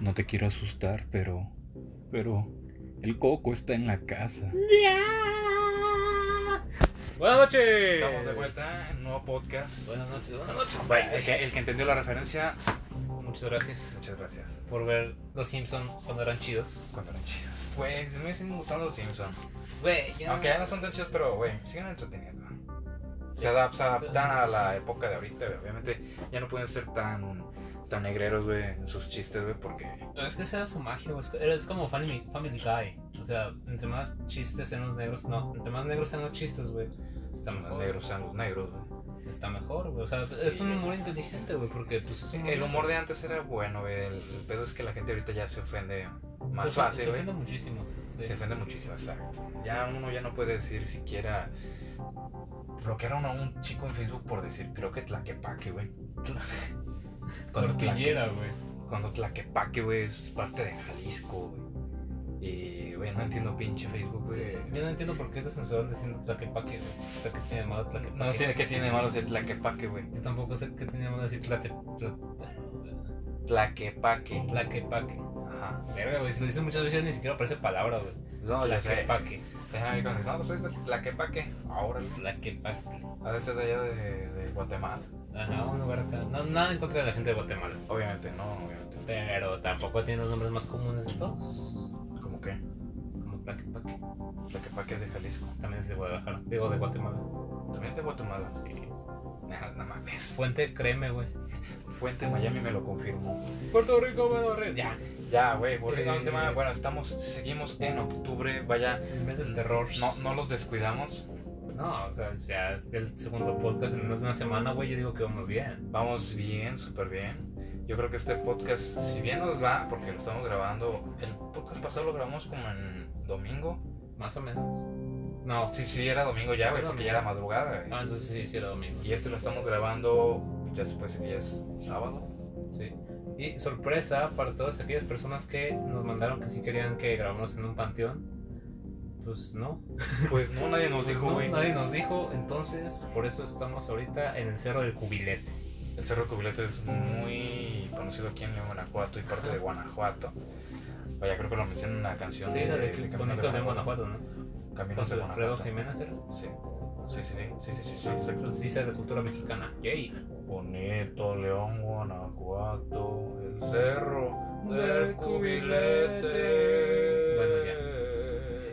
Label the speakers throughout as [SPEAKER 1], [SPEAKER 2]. [SPEAKER 1] No te quiero asustar, pero. Pero. El coco está en la casa.
[SPEAKER 2] Buenas noches.
[SPEAKER 3] Estamos de vuelta, nuevo podcast.
[SPEAKER 2] Buenas noches, buenas noches.
[SPEAKER 3] Bueno, el, que, el que entendió la referencia,
[SPEAKER 2] Muchas gracias
[SPEAKER 3] muchas gracias.
[SPEAKER 2] por ver Los Simpsons cuando eran chidos.
[SPEAKER 3] Cuando eran chidos. Güey, se Pues, me siguen gustando los Simpsons.
[SPEAKER 2] Güey, ya.
[SPEAKER 3] Aunque ya no son tan chidos, pero güey, siguen entreteniendo. Se, adap- se adaptan a la época de ahorita, güey. Obviamente ya no pueden ser tan, tan negreros, güey, en sus chistes, güey, porque
[SPEAKER 2] Pero es que esa era su magia, güey. Es que- era- Es como Family, family Guy. O sea, entre más chistes sean los negros, no, entre más negros sean los chistes, güey. Está
[SPEAKER 3] los
[SPEAKER 2] mejor.
[SPEAKER 3] negros sean los negros, güey.
[SPEAKER 2] Está mejor, güey. O sea,
[SPEAKER 3] Sí.
[SPEAKER 2] es un humor inteligente, güey, porque pues es un
[SPEAKER 3] El humor de antes era bueno, güey. El, el pedo es que la gente ahorita ya se ofende más
[SPEAKER 2] se,
[SPEAKER 3] fácil,
[SPEAKER 2] Se
[SPEAKER 3] güey.
[SPEAKER 2] ofende muchísimo. sí.
[SPEAKER 3] Se ofende muchísimo, exacto. Ya uno ya no puede decir siquiera. Bloquearon a un chico en Facebook por decir, creo que Tlaquepaque, güey. Cuando, tlaque,
[SPEAKER 2] Tortillera, güey.
[SPEAKER 3] cuando Tlaquepaque, güey, es parte de Jalisco, güey. Y, güey, no entiendo pinche Facebook, güey.
[SPEAKER 2] Yo no entiendo por qué lo censuran diciendo tlaquepaque, güey. O sea, que tiene de malo tlaquepaque.
[SPEAKER 3] No sé qué tiene de malo ser Tlaquepaque, güey.
[SPEAKER 2] Yo tampoco sé qué tiene de malo decir tlate, tlate-
[SPEAKER 3] Tlaquepaque.
[SPEAKER 2] tlaquepaque.
[SPEAKER 3] Ajá.
[SPEAKER 2] Verga, güey, si lo dicen muchas veces ni siquiera aparece palabra, güey.
[SPEAKER 3] No, ya sé.
[SPEAKER 2] Tlaquepaque,
[SPEAKER 3] Déjame ir con eso. No, soy de Tlaquepaque. Ahora,
[SPEAKER 2] tlaquepaque.
[SPEAKER 3] a veces de allá de, de Guatemala.
[SPEAKER 2] Ajá, un lugar acá. No, nada en contra de la gente de Guatemala.
[SPEAKER 3] Obviamente, no, obviamente.
[SPEAKER 2] Pero tampoco tiene los nombres más comunes de todos.
[SPEAKER 3] ¿Cómo qué?
[SPEAKER 2] Como tlaquepaque.
[SPEAKER 3] Tlaquepaque es de Jalisco.
[SPEAKER 2] También es de Guadalajara. Digo, de Guatemala. Pues,
[SPEAKER 3] También es de Guatemala. sí. Nah, no mames.
[SPEAKER 2] Fuente, créeme, güey.
[SPEAKER 3] Fuente Miami me lo confirmó.
[SPEAKER 2] Puerto Rico, bueno, Ya.
[SPEAKER 3] Ya, güey, volviendo
[SPEAKER 2] Eh.
[SPEAKER 3] al tema. Bueno, estamos, seguimos en octubre. Vaya,
[SPEAKER 2] En vez del terror.
[SPEAKER 3] no, no los descuidamos.
[SPEAKER 2] No, o sea, ya el segundo podcast en menos de una semana, güey, yo digo que vamos bien.
[SPEAKER 3] Vamos bien, súper bien. Yo creo que este podcast, si bien nos va, porque lo estamos grabando, el podcast pasado lo grabamos como en domingo.
[SPEAKER 2] Más o menos. No.
[SPEAKER 3] Sí, sí, era domingo ya, güey, porque ya era madrugada. güey.
[SPEAKER 2] Ah, entonces sí, sí era domingo.
[SPEAKER 3] Y este lo estamos grabando ya después, que ya es sábado.
[SPEAKER 2] Sí. Y sorpresa para todas aquellas personas que nos mandaron que sí querían que grabamos en un panteón. Pues no.
[SPEAKER 3] Pues no, nadie nos
[SPEAKER 2] Pues
[SPEAKER 3] dijo,
[SPEAKER 2] no,
[SPEAKER 3] güey.
[SPEAKER 2] nadie nos dijo. Entonces, por eso estamos ahorita en el Cerro del Cubilete.
[SPEAKER 3] El Cerro Cubilete es muy conocido aquí en León, Guanajuato y parte de Guanajuato. Vaya, creo que lo menciona en una canción
[SPEAKER 2] Sí, la de que
[SPEAKER 3] Caminos
[SPEAKER 2] bonito de Guanajuato, ¿no?
[SPEAKER 3] Caminos
[SPEAKER 2] Con
[SPEAKER 3] de
[SPEAKER 2] su Alfredo
[SPEAKER 3] Guanajuato.
[SPEAKER 2] Jiménez era.
[SPEAKER 3] Sí, sí, sí, sí, sí, sí, sí, exacto.
[SPEAKER 2] Entonces, sí, sea de cultura mexicana. Yay.
[SPEAKER 3] Bonito León, Guanajuato, el Cerro del Cubilete.
[SPEAKER 2] Bueno, ya.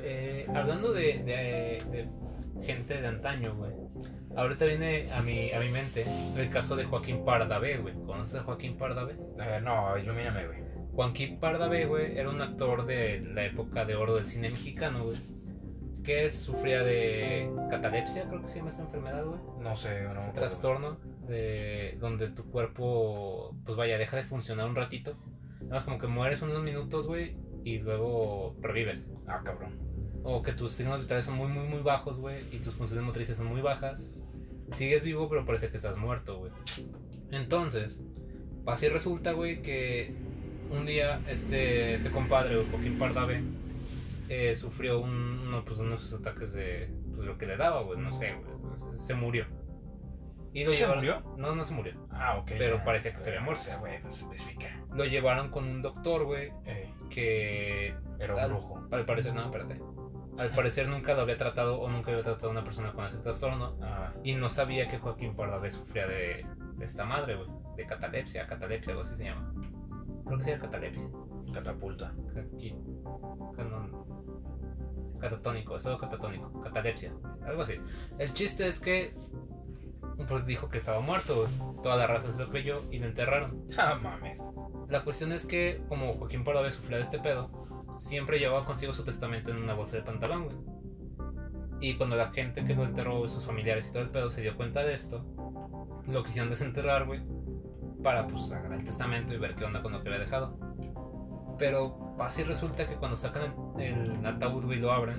[SPEAKER 2] Eh, hablando de, de- de gente de antaño, güey. Ahorita viene a mi, a mi mente el caso de Joaquín Pardavé, güey. ¿Conoces a Joaquín Pardavé?
[SPEAKER 3] Eh, no, ilumíname, güey.
[SPEAKER 2] Joaquín Pardavé, güey, era un actor de la época de oro del cine mexicano, güey. Que sufría de catalepsia, creo que se llama esta enfermedad, güey.
[SPEAKER 3] No sé, no. me
[SPEAKER 2] Ese
[SPEAKER 3] acuerdo.
[SPEAKER 2] trastorno de donde tu cuerpo, pues vaya, deja de funcionar un ratito. Nada más como que mueres unos minutos, güey, y luego revives.
[SPEAKER 3] Ah, cabrón.
[SPEAKER 2] O que tus signos vitales son muy, muy, muy bajos, güey, y tus funciones motrices son muy bajas. Sigues vivo, pero parece que estás muerto, güey. Entonces, así resulta, güey, que un día este, este compadre, güey, Joaquín Pardave, eh, sufrió un, uno, pues, uno de sus ataques de pues, lo que le daba, güey, no sé, güey. Se, se murió. Y lo
[SPEAKER 3] ¿Se
[SPEAKER 2] llevaron-
[SPEAKER 3] murió?
[SPEAKER 2] No, no se murió.
[SPEAKER 3] Ah, ok.
[SPEAKER 2] Pero
[SPEAKER 3] ya.
[SPEAKER 2] parecía que se había muerto.
[SPEAKER 3] O sea, güey, pues, especifica.
[SPEAKER 2] Lo llevaron con un doctor, güey,
[SPEAKER 3] Ey,
[SPEAKER 2] que
[SPEAKER 3] era un
[SPEAKER 2] Al-
[SPEAKER 3] brujo.
[SPEAKER 2] Al parecer, no, espérate. Al parecer nunca lo había tratado o nunca había tratado a una persona con ese trastorno
[SPEAKER 3] Ah,
[SPEAKER 2] y no sabía que Joaquín Pardavé sufría de, de esta madre, güey. De catalepsia, catalepsia, algo así se llama. Creo que se llama catalepsia.
[SPEAKER 3] catapulta.
[SPEAKER 2] Aquí. canon- Catatónico, estado catatónico, catalepsia, algo así. El chiste es que pues dijo que estaba muerto, güey. toda la raza se lo creyó y lo enterraron.
[SPEAKER 3] Ah, mames.
[SPEAKER 2] La cuestión es que, como Joaquín Pardavé sufría de este pedo, siempre llevaba consigo su testamento en una bolsa de pantalón, güey. Y cuando la gente que lo enterró, sus familiares y todo el pedo, se dio cuenta de esto, lo quisieron desenterrar, güey, para pues sacar el testamento y ver qué onda con lo que había dejado. Pero así resulta que cuando sacan el, el ataúd, güey, y lo abren,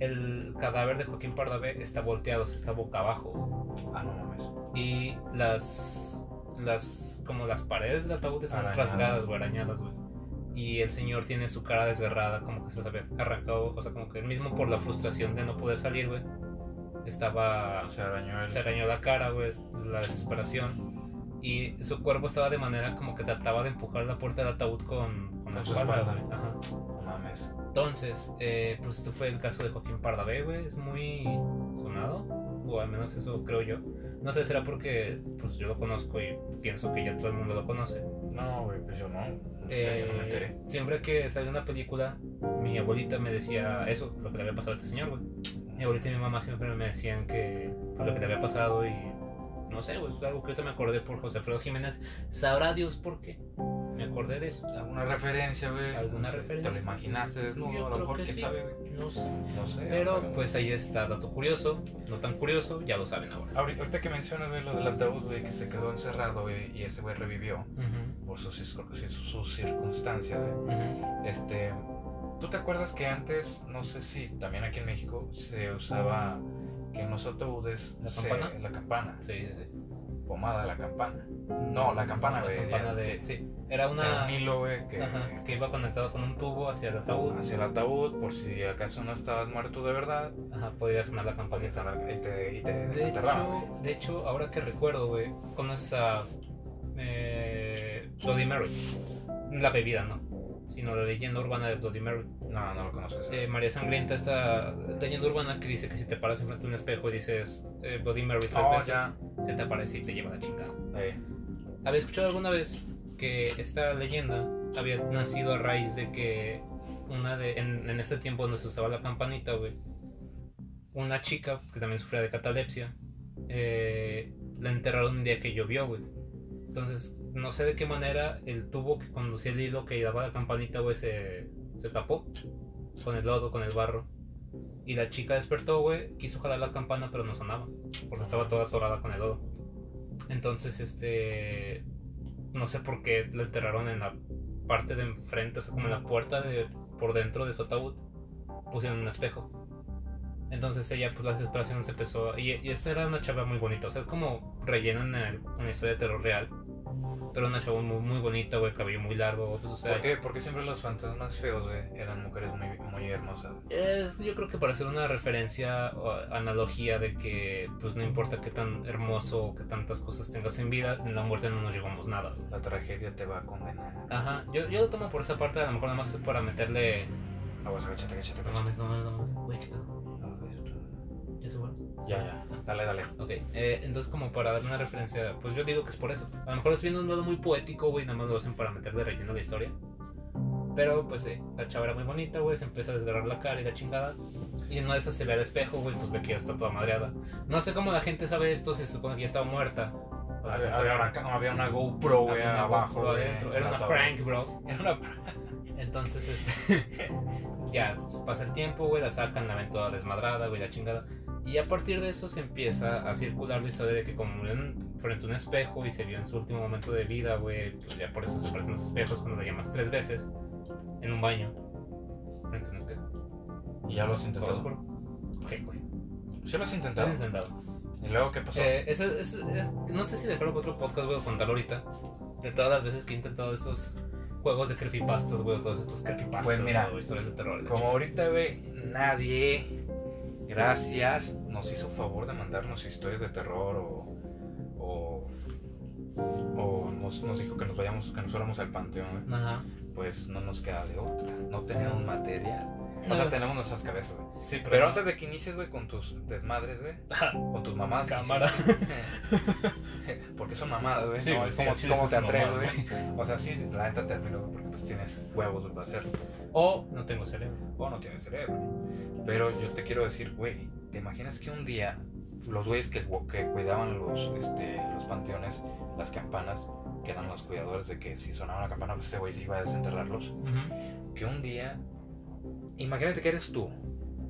[SPEAKER 2] el cadáver de Joaquín Pardavé está volteado, o sea, está boca abajo, güey
[SPEAKER 3] Ah, no mames.
[SPEAKER 2] y las las como las paredes del ataúd están
[SPEAKER 3] Arañadas.
[SPEAKER 2] rasgadas o arañadas, güey. Y el señor tiene su cara desgarrada, como que se los había arrancado, o sea, como que él mismo por la frustración de no poder salir, güey. Estaba
[SPEAKER 3] Ah, Se arañó el.
[SPEAKER 2] se arañó la cara, güey, la desesperación. y su cuerpo estaba de manera como que trataba de empujar la puerta del ataúd con, con la
[SPEAKER 3] Con su
[SPEAKER 2] espalda,
[SPEAKER 3] espalda.
[SPEAKER 2] güey. Ajá.
[SPEAKER 3] No mames.
[SPEAKER 2] Entonces, eh, pues esto fue el caso de Joaquín Pardavé, güey. Es muy sonado, o al menos eso creo yo. No sé, será porque pues yo lo conozco y pienso que ya todo el mundo lo conoce.
[SPEAKER 3] No, güey, pues yo no. No sé, yo no me
[SPEAKER 2] Eh,
[SPEAKER 3] enteré.
[SPEAKER 2] Siempre que salió una película, mi abuelita me decía eso, lo que le había pasado a este señor, güey. Mi abuelita y mi mamá siempre me decían que pues, lo que le había pasado y no sé, güey, es algo que ahorita me acordé por José Alfredo Jiménez. Sabrá Dios por qué. Me acordé de eso.
[SPEAKER 3] ¿Alguna referencia, güey?
[SPEAKER 2] ¿Alguna
[SPEAKER 3] No sé,
[SPEAKER 2] referencia?
[SPEAKER 3] ¿Te lo imaginaste desnudo?
[SPEAKER 2] Yo
[SPEAKER 3] a lo
[SPEAKER 2] creo
[SPEAKER 3] mejor,
[SPEAKER 2] que
[SPEAKER 3] quién
[SPEAKER 2] sí.
[SPEAKER 3] sabe, güey.
[SPEAKER 2] No sé.
[SPEAKER 3] No sé. no
[SPEAKER 2] Pero
[SPEAKER 3] sabemos.
[SPEAKER 2] pues ahí está, dato curioso, no tan curioso, ya lo saben ahora.
[SPEAKER 3] Ahori- Ahorita que mencionas güey, lo del ataúd, güey, que se quedó encerrado, güey, y ese güey revivió por sus, cis- sus- sus circunstancias, güey. Este, ¿tú te acuerdas que antes, no sé si también aquí en México, se usaba que en los autobuses
[SPEAKER 2] ¿La
[SPEAKER 3] se-
[SPEAKER 2] campana?
[SPEAKER 3] la campana,
[SPEAKER 2] Sí, sí, sí.
[SPEAKER 3] pomada la campana. No, la campana,
[SPEAKER 2] La
[SPEAKER 3] güey.
[SPEAKER 2] campana
[SPEAKER 3] ya,
[SPEAKER 2] de...
[SPEAKER 3] sí.
[SPEAKER 2] Sí, era
[SPEAKER 3] O sea,
[SPEAKER 2] una...
[SPEAKER 3] un hilo, güey, que, Ah,
[SPEAKER 2] Ajá, que iba conectado con un tubo hacia el ataúd.
[SPEAKER 3] hacia el ataúd, por si acaso no estabas muerto de verdad,
[SPEAKER 2] Ajá, podría sonar la
[SPEAKER 3] podías
[SPEAKER 2] campanita.
[SPEAKER 3] andar- y te, y te
[SPEAKER 2] De
[SPEAKER 3] desenterraban, güey.
[SPEAKER 2] hecho, de hecho, ahora que recuerdo, güey, conoces a eh, Bloody Mary. La bebida, ¿no? Sino la leyenda urbana de Bloody Mary.
[SPEAKER 3] No, no lo conoces.
[SPEAKER 2] Eh, María Sangrienta, esta leyenda urbana que dice que si te paras enfrente de un espejo y dices eh, Bloody Mary tres
[SPEAKER 3] Oh,
[SPEAKER 2] veces,
[SPEAKER 3] ya.
[SPEAKER 2] se te aparece y te lleva la chingada.
[SPEAKER 3] Eh,
[SPEAKER 2] Había escuchado alguna vez que esta leyenda había nacido a raíz de que una de en, en este tiempo donde se usaba la campanita, güey, una chica que también sufría de catalepsia, eh, la enterraron un día que llovió, güey. Entonces, no sé de qué manera el tubo que conducía el hilo que daba la campanita, güey, se, se tapó con el lodo, con el barro. Y la chica despertó, güey, quiso jalar la campana, pero no sonaba, porque estaba toda atorada con el lodo. Entonces, este. No sé por qué la enterraron en la parte de enfrente, o sea, como en la puerta de por dentro de su ataúd. Pusieron un espejo. Entonces ella, pues la desesperación se empezó. a- Y, y esta era una chava muy bonita, o sea, es como rellenan el- una historia de terror real. Pero una chava muy, muy bonita, güey, cabello muy largo, o sea,
[SPEAKER 3] ¿Por qué? Porque siempre los fantasmas feos, güey, eran mujeres muy, muy hermosas.
[SPEAKER 2] Es, yo creo que para hacer una referencia o analogía de que pues no importa qué tan hermoso o qué tantas cosas tengas en vida, en la muerte no nos llevamos nada.
[SPEAKER 3] La tragedia te va a condenar.
[SPEAKER 2] Ajá, yo, yo lo tomo por esa parte, a lo mejor nada más es para meterle...
[SPEAKER 3] Aguas, agachate, agachate,
[SPEAKER 2] No
[SPEAKER 3] agachate.
[SPEAKER 2] mames, no mames, no mames. Güey, qué pedo. ¿Ya se fueron?
[SPEAKER 3] Ya, ya. Dale, dale.
[SPEAKER 2] Ok, eh, entonces como para dar una referencia, pues yo digo que es por eso. A lo mejor es viendo un lado muy poético, güey, nada más lo hacen para meter de relleno la historia. Pero pues eh, la chava era muy bonita, güey, se empieza a desgarrar la cara y la chingada. Y en una de esas se ve al espejo, güey, pues ve que ya está toda madreada. No sé cómo la gente sabe esto, si se supone que ya estaba muerta.
[SPEAKER 3] Había, había una, ca- había una GoPro, güey,
[SPEAKER 2] Había una
[SPEAKER 3] abajo.
[SPEAKER 2] GoPro
[SPEAKER 3] güey,
[SPEAKER 2] adentro.
[SPEAKER 3] en
[SPEAKER 2] Era
[SPEAKER 3] el
[SPEAKER 2] una
[SPEAKER 3] ataúd.
[SPEAKER 2] prank, bro.
[SPEAKER 3] Era una prank.
[SPEAKER 2] Entonces, este, ya pues, pasa el tiempo, güey, la sacan, la ven toda desmadrada, güey, la chingada. Y a partir de eso se empieza a circular la historia de que como murió en- frente a un espejo y se vio en su último momento de vida, güey, pues ya por eso se aparecen los espejos cuando la llamas tres veces en un baño. Frente a un espejo.
[SPEAKER 3] Y ya los
[SPEAKER 2] Todo
[SPEAKER 3] intentó.
[SPEAKER 2] oscuro. Sí, güey.
[SPEAKER 3] Sí los
[SPEAKER 2] Está
[SPEAKER 3] intentado.
[SPEAKER 2] intentado.
[SPEAKER 3] ¿Y luego qué pasó?
[SPEAKER 2] Eh, eso es- es- no sé si dejarlo para otro podcast, güey, o contarlo ahorita. De todas las veces que he intentado estos juegos de creepypastas, güey, o todos estos creepypastas,
[SPEAKER 3] Pues mira,
[SPEAKER 2] o historias de terror. la
[SPEAKER 3] Como ahorita, güey, nadie, gracias, nos hizo favor de mandarnos historias de terror o... o o nos, nos dijo que nos vayamos, que nos fuéramos al panteón, güey.
[SPEAKER 2] Ajá.
[SPEAKER 3] pues no nos queda de otra. No tenemos material. O sea, tenemos nuestras cabezas, güey.
[SPEAKER 2] sí, pero,
[SPEAKER 3] Pero antes de que inicies, güey, con tus desmadres, güey. Con tus mamás. que
[SPEAKER 2] Cámara.
[SPEAKER 3] hiciste. Porque son mamadas, güey.
[SPEAKER 2] Sí,
[SPEAKER 3] no,
[SPEAKER 2] güey,
[SPEAKER 3] es
[SPEAKER 2] sí,
[SPEAKER 3] como,
[SPEAKER 2] al chile
[SPEAKER 3] ¿cómo
[SPEAKER 2] sí
[SPEAKER 3] te
[SPEAKER 2] son
[SPEAKER 3] atreves,
[SPEAKER 2] mamadas,
[SPEAKER 3] güey. O sea, sí, la neta te admiro, güey, porque pues tienes huevos, güey, para hacerlo.
[SPEAKER 2] O no tengo cerebro.
[SPEAKER 3] O no tienes cerebro. Pero yo te quiero decir, güey, ¿te imaginas que un día los güeyes que, gu- que cuidaban los, este, los panteones, las campanas, que eran los cuidadores de que si sonaba una campana, pues ese güey se iba a desenterrarlos? Que un día, imagínate que eres tú,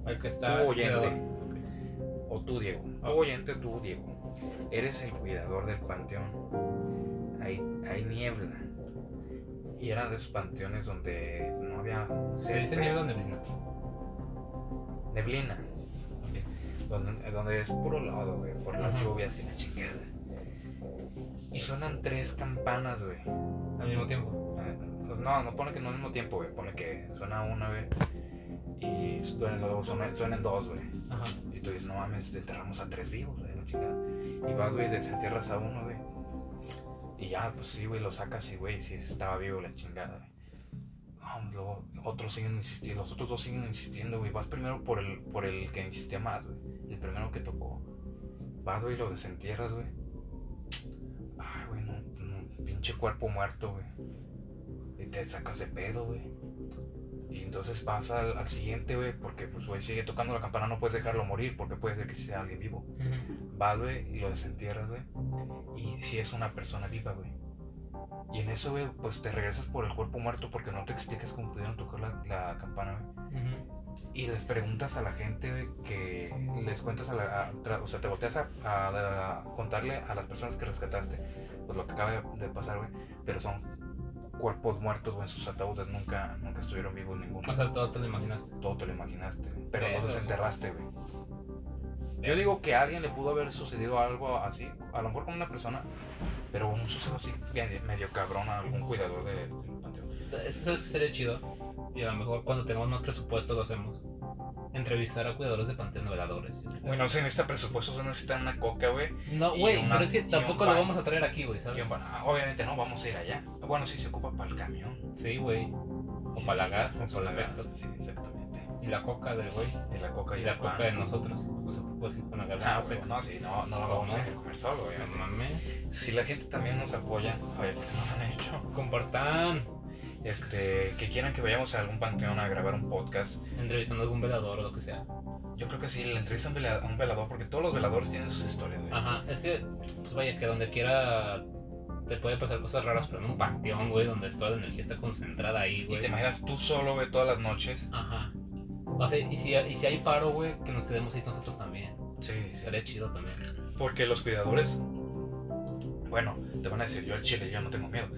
[SPEAKER 2] El que
[SPEAKER 3] tú
[SPEAKER 2] está.
[SPEAKER 3] oyente,
[SPEAKER 2] cuidado.
[SPEAKER 3] o tú Diego, tú
[SPEAKER 2] Ah.
[SPEAKER 3] oyente, tú Diego, eres el cuidador del panteón. Hay, hay niebla. Y eran de esos panteones donde no había
[SPEAKER 2] Se dice
[SPEAKER 3] césped,
[SPEAKER 2] nieve donde neblina.
[SPEAKER 3] neblina. Donde, donde es puro lodo, güey, por las
[SPEAKER 2] Ajá.
[SPEAKER 3] lluvias y la chingada. Y suenan tres campanas, güey.
[SPEAKER 2] Al mismo tiempo.
[SPEAKER 3] Eh, No, no pone que no al mismo tiempo, güey. Pone que suena una, güey. Y suenan, luego suena- suenan dos, güey.
[SPEAKER 2] Ajá.
[SPEAKER 3] Y tú dices, no mames, enterramos a tres vivos, güey, la chingada. Y vas, güey, desentierras a uno, güey. Y ya, pues sí, güey, lo sacas y, güey, sí estaba vivo la chingada, güey. No, luego, otros siguen insistiendo, los otros dos siguen insistiendo, güey. Vas primero por el, por el que insistía más, güey. El primero que tocó. Vas, güey, lo desentierras, güey. Ay, güey, no, no, pinche cuerpo muerto, güey. Y te sacas de pedo, güey. Y entonces vas al, al siguiente, güey, porque, pues, güey, sigue tocando la campana, no puedes dejarlo morir, porque puede ser que sea alguien vivo.
[SPEAKER 2] Ujú.
[SPEAKER 3] Vas, güey, y lo desentierras, güey. Y si es una persona viva, güey. Y en eso, güey, pues te regresas por el cuerpo muerto porque no te explicas cómo pudieron tocar la, la campana, güey.
[SPEAKER 2] Ujú.
[SPEAKER 3] Y les preguntas a la gente, güey, que les cuentas a la. a- tra- o sea, te volteas a, a- a contarle a las personas que rescataste, pues lo que acaba de, de pasar, güey. Pero son cuerpos muertos, güey, en sus ataúdes nunca, nunca estuvieron vivos ninguno.
[SPEAKER 2] O sea, todo te lo imaginaste.
[SPEAKER 3] Todo te lo imaginaste, güey. pero
[SPEAKER 2] Pero,
[SPEAKER 3] los desenterraste, güey. Yo digo que a alguien le pudo haber sucedido algo así, a lo mejor con una persona, pero un suceso así medio, medio cabrón a algún cuidador de- del panteón.
[SPEAKER 2] Eso sabes que sería chido. Y a lo mejor cuando tengamos más presupuesto lo hacemos. Entrevistar a cuidadores de panteón veladores.
[SPEAKER 3] Güey, no se necesita este presupuesto, se necesita una coca, güey.
[SPEAKER 2] No,
[SPEAKER 3] y
[SPEAKER 2] güey,
[SPEAKER 3] una-
[SPEAKER 2] pero es que
[SPEAKER 3] y un
[SPEAKER 2] tampoco lo
[SPEAKER 3] baño.
[SPEAKER 2] vamos a traer aquí, güey,
[SPEAKER 3] Y
[SPEAKER 2] ¿sabes?
[SPEAKER 3] un bar- ah, Obviamente no, vamos a ir allá. Bueno, sí se ocupa para el camión.
[SPEAKER 2] Sí, güey. O para la gas, o para la venta.
[SPEAKER 3] Sí, exactamente.
[SPEAKER 2] Y la coca del güey.
[SPEAKER 3] Y la coca
[SPEAKER 2] Y
[SPEAKER 3] y,
[SPEAKER 2] la
[SPEAKER 3] el
[SPEAKER 2] coca de
[SPEAKER 3] pan.
[SPEAKER 2] nosotros. O sea, pues con la garganta
[SPEAKER 3] Ah, güey,
[SPEAKER 2] seca.
[SPEAKER 3] no, sí, no, no lo vamos a ir a comer solo,
[SPEAKER 2] No
[SPEAKER 3] obviamente.
[SPEAKER 2] mames.
[SPEAKER 3] Si la gente también nos apoya, a ver, ¿por qué no lo han hecho?
[SPEAKER 2] Compartan.
[SPEAKER 3] Este, que quieran que vayamos a algún panteón a grabar un podcast,
[SPEAKER 2] Entrevistando a algún velador o lo que sea.
[SPEAKER 3] Yo creo que sí, le entrevistan vela- a un velador, porque todos los veladores tienen sus historias, güey.
[SPEAKER 2] Ajá, es que, pues vaya, que donde quiera te puede pasar cosas raras, pero en un panteón, güey, donde toda la energía está concentrada ahí,
[SPEAKER 3] Y
[SPEAKER 2] güey.
[SPEAKER 3] te imaginas tú solo, güey, todas las noches.
[SPEAKER 2] Ajá. O sea, y si, y si hay paro, güey, que nos quedemos ahí nosotros también.
[SPEAKER 3] Sí,
[SPEAKER 2] Sería chido también.
[SPEAKER 3] Porque los cuidadores, bueno, te van a decir, yo al chile, yo no tengo miedo.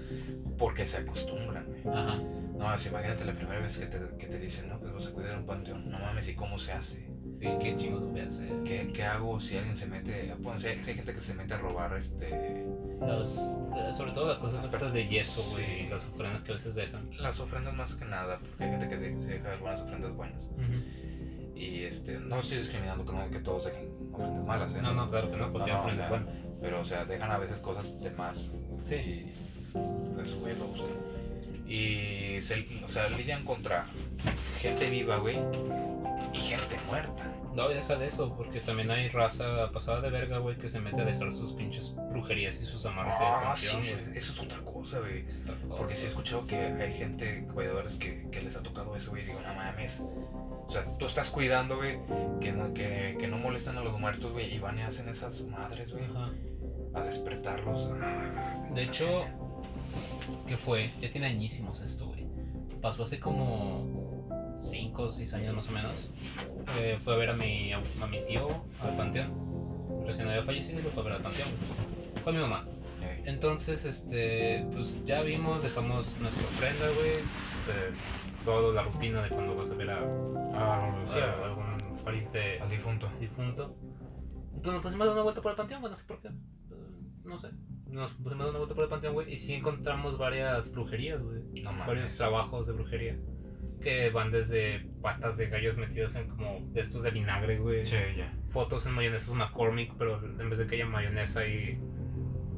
[SPEAKER 3] Porque se acostumbran, güey.
[SPEAKER 2] Ajá.
[SPEAKER 3] No, así imagínate la primera vez que te, que te dicen, no, pues vas a cuidar un panteón. No mames, ¿y cómo se hace?
[SPEAKER 2] Sí, qué chingos voy a hacer.
[SPEAKER 3] ¿Qué, qué hago si alguien se mete? Bueno, si hay, si hay gente que se mete a robar, este...
[SPEAKER 2] Los, eh, sobre todo las cosas
[SPEAKER 3] Las
[SPEAKER 2] estas
[SPEAKER 3] per-
[SPEAKER 2] de yeso, güey,
[SPEAKER 3] sí.
[SPEAKER 2] y las ofrendas que a veces dejan.
[SPEAKER 3] Las ofrendas más que nada, porque hay gente que se, se deja algunas ofrendas buenas. Y este, no estoy discriminando que, no, que todos dejen ofrendas malas, ¿eh?
[SPEAKER 2] No, no, claro que no, porque
[SPEAKER 3] No,
[SPEAKER 2] hay ofrendas,
[SPEAKER 3] o sea,
[SPEAKER 2] bueno.
[SPEAKER 3] Pero, o sea, dejan a veces cosas de más.
[SPEAKER 2] Sí.
[SPEAKER 3] Y pues, güey, lo usan. Y, se, o sea, lidian contra gente viva, güey, y gente muerta.
[SPEAKER 2] No, y deja de eso, porque también hay raza pasada de verga, güey, que se mete a dejar sus pinches brujerías y sus amarras de
[SPEAKER 3] Ah, sí,
[SPEAKER 2] canción,
[SPEAKER 3] sí,
[SPEAKER 2] güey.
[SPEAKER 3] eso es otra cosa, güey.
[SPEAKER 2] Está
[SPEAKER 3] Porque sí he
[SPEAKER 2] todo.
[SPEAKER 3] escuchado que hay gente, cuidadores, que, que les ha tocado eso, güey, y digo, no mames. O sea, tú estás cuidando, güey, que no, que, que no molestan a los muertos, güey, y van y hacen esas madres, güey,
[SPEAKER 2] Ajá.
[SPEAKER 3] a despertarlos.
[SPEAKER 2] De hecho, ¿qué fue? Ya tiene añísimos esto, güey. Pasó hace como 5 o 6 años más o menos. Eh, fue a ver a mi, a mi tío al panteón. Recién había fallecido y lo fue a ver al panteón. Fue mi mamá.
[SPEAKER 3] Eh,
[SPEAKER 2] Entonces, este, pues ya vimos, dejamos nuestra ofrenda, güey. eh, toda la rutina de cuando vas a ver a,
[SPEAKER 3] ah, no, o sea,
[SPEAKER 2] a algún pariente
[SPEAKER 3] al difunto.
[SPEAKER 2] difunto. Entonces nos pusimos a dar una vuelta por el panteón, güey, no sé por qué. eh, No sé. Nos pusimos a dar una vuelta por el panteón, güey, y sí encontramos varias brujerías, güey.
[SPEAKER 3] No mames.
[SPEAKER 2] Varios trabajos de brujería. Que van desde patas de gallos metidas en como de estos de vinagre, güey.
[SPEAKER 3] Sí, ya.
[SPEAKER 2] Fotos en mayonesas McCormick, pero en vez de que haya mayonesa y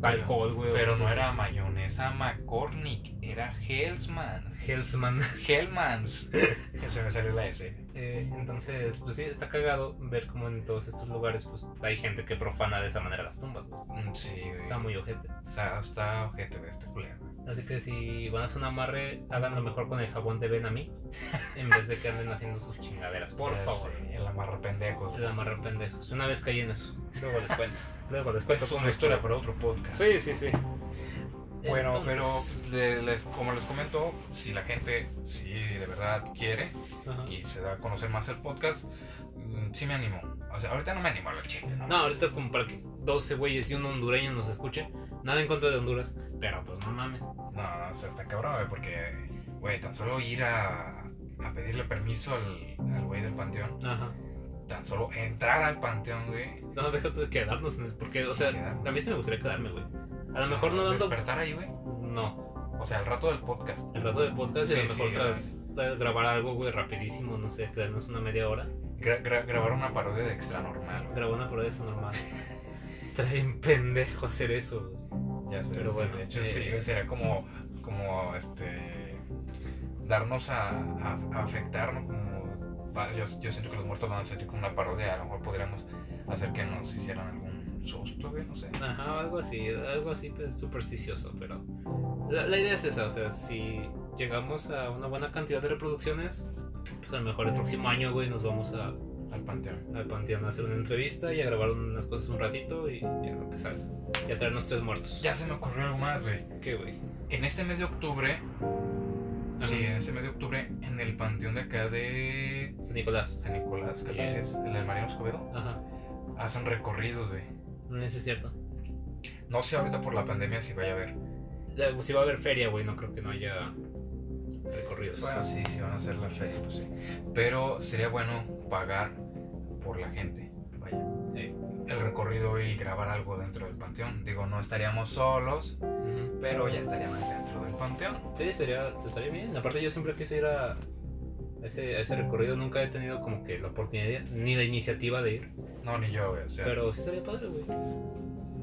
[SPEAKER 2] alcohol, güey.
[SPEAKER 3] Pero no era mayonesa McCormick, era Hellsman.
[SPEAKER 2] Hellsman.
[SPEAKER 3] Hellmans. Se me salió la S.
[SPEAKER 2] Eh, entonces, pues sí, está cagado ver como en todos estos lugares, pues hay gente que profana de esa manera las tumbas, güey.
[SPEAKER 3] Mm, Sí, güey.
[SPEAKER 2] Está muy ojete.
[SPEAKER 3] Está, está ojete, güey, este culero.
[SPEAKER 2] Así que si van a hacer un amarre, háganlo mejor con el jabón de Ben a mí, en vez de que anden haciendo sus chingaderas, por
[SPEAKER 3] Ya
[SPEAKER 2] favor.
[SPEAKER 3] sé, El amarra pendejo.
[SPEAKER 2] El amarre pendejos. Una vez caí en eso. Luego les cuento. Luego les cuento
[SPEAKER 3] Es
[SPEAKER 2] cómo
[SPEAKER 3] una
[SPEAKER 2] estuvo.
[SPEAKER 3] historia para otro podcast.
[SPEAKER 2] Sí, sí, sí.
[SPEAKER 3] Bueno,
[SPEAKER 2] Entonces-
[SPEAKER 3] pero le- les- como les comento, si la gente, si de verdad quiere
[SPEAKER 2] Ajá.
[SPEAKER 3] y se da a conocer más el podcast, mm, sí me animo. O sea, ahorita no me animo a la chile.
[SPEAKER 2] No, ahorita como para que 12 güeyes y un hondureño nos escuchen. Nada en contra de Honduras, pero pues no mames.
[SPEAKER 3] No, no, o sea, está cabrón, güey, porque, güey, tan solo ir a, a pedirle permiso al al güey del panteón,
[SPEAKER 2] Ajá.
[SPEAKER 3] tan solo entrar al panteón, güey.
[SPEAKER 2] No, déjate de quedarnos en el. Porque, o sea,
[SPEAKER 3] Quedarnos.
[SPEAKER 2] a mí sí me gustaría quedarme, güey. A
[SPEAKER 3] o
[SPEAKER 2] lo
[SPEAKER 3] sea,
[SPEAKER 2] mejor no dando.
[SPEAKER 3] Despertar ahí, güey.
[SPEAKER 2] No,
[SPEAKER 3] O sea, al rato del podcast.
[SPEAKER 2] El rato del podcast y a
[SPEAKER 3] Sí,
[SPEAKER 2] lo mejor
[SPEAKER 3] sí,
[SPEAKER 2] tras tras grabar algo, güey, rapidísimo, no sé, quedarnos una media hora.
[SPEAKER 3] Gra- gra- grabar una parodia de extra normal, güey.
[SPEAKER 2] Grabar una prueba está normal. Está bien pendejo hacer eso, güey.
[SPEAKER 3] Ya sé.
[SPEAKER 2] Pero
[SPEAKER 3] sí,
[SPEAKER 2] bueno,
[SPEAKER 3] De hecho,
[SPEAKER 2] eh,
[SPEAKER 3] sí, güey, sería como, como este. darnos a, a, a afectarnos. Como, va- yo, yo siento que los muertos van a sentir como una parodia. A lo mejor podríamos hacer que nos hicieran algún susto, güey, no sé.
[SPEAKER 2] Ajá, algo así, algo así pues, supersticioso, pero la, la idea es esa, o sea, si llegamos a una buena cantidad de reproducciones, pues a lo mejor el próximo año, güey, nos vamos a,
[SPEAKER 3] Al panteón.
[SPEAKER 2] al panteón a hacer una entrevista y a grabar unas cosas un ratito y ya lo que sale. Y a traernos tres muertos.
[SPEAKER 3] Ya se me ocurrió algo más, güey.
[SPEAKER 2] ¿Qué, güey?
[SPEAKER 3] En este mes de octubre.
[SPEAKER 2] Ah.
[SPEAKER 3] Sí, en este mes de octubre, en el panteón de acá de
[SPEAKER 2] San Nicolás.
[SPEAKER 3] San Nicolás, que
[SPEAKER 2] Yeah.
[SPEAKER 3] es el del Mariano Escobedo,
[SPEAKER 2] Ajá,
[SPEAKER 3] hacen recorridos, güey.
[SPEAKER 2] no eso es cierto.
[SPEAKER 3] No sé ahorita por la pandemia si vaya a haber.
[SPEAKER 2] La- Si va a haber feria, güey, no creo que no haya recorridos.
[SPEAKER 3] Bueno, sí, sí van a hacer la feria, pues sí. Pero sería bueno pagar por la gente. Vaya.
[SPEAKER 2] Sí.
[SPEAKER 3] El recorrido y grabar algo dentro del panteón. Digo, no estaríamos solos,
[SPEAKER 2] Ujú.
[SPEAKER 3] pero ya estaríamos dentro del panteón.
[SPEAKER 2] Sí, sería, estaría bien. Aparte, yo siempre quise ir a ese, a ese recorrido. Nunca he tenido como que la oportunidad ni la iniciativa de ir.
[SPEAKER 3] No, ni yo, güey. O sea,
[SPEAKER 2] Pero sí sería padre, güey.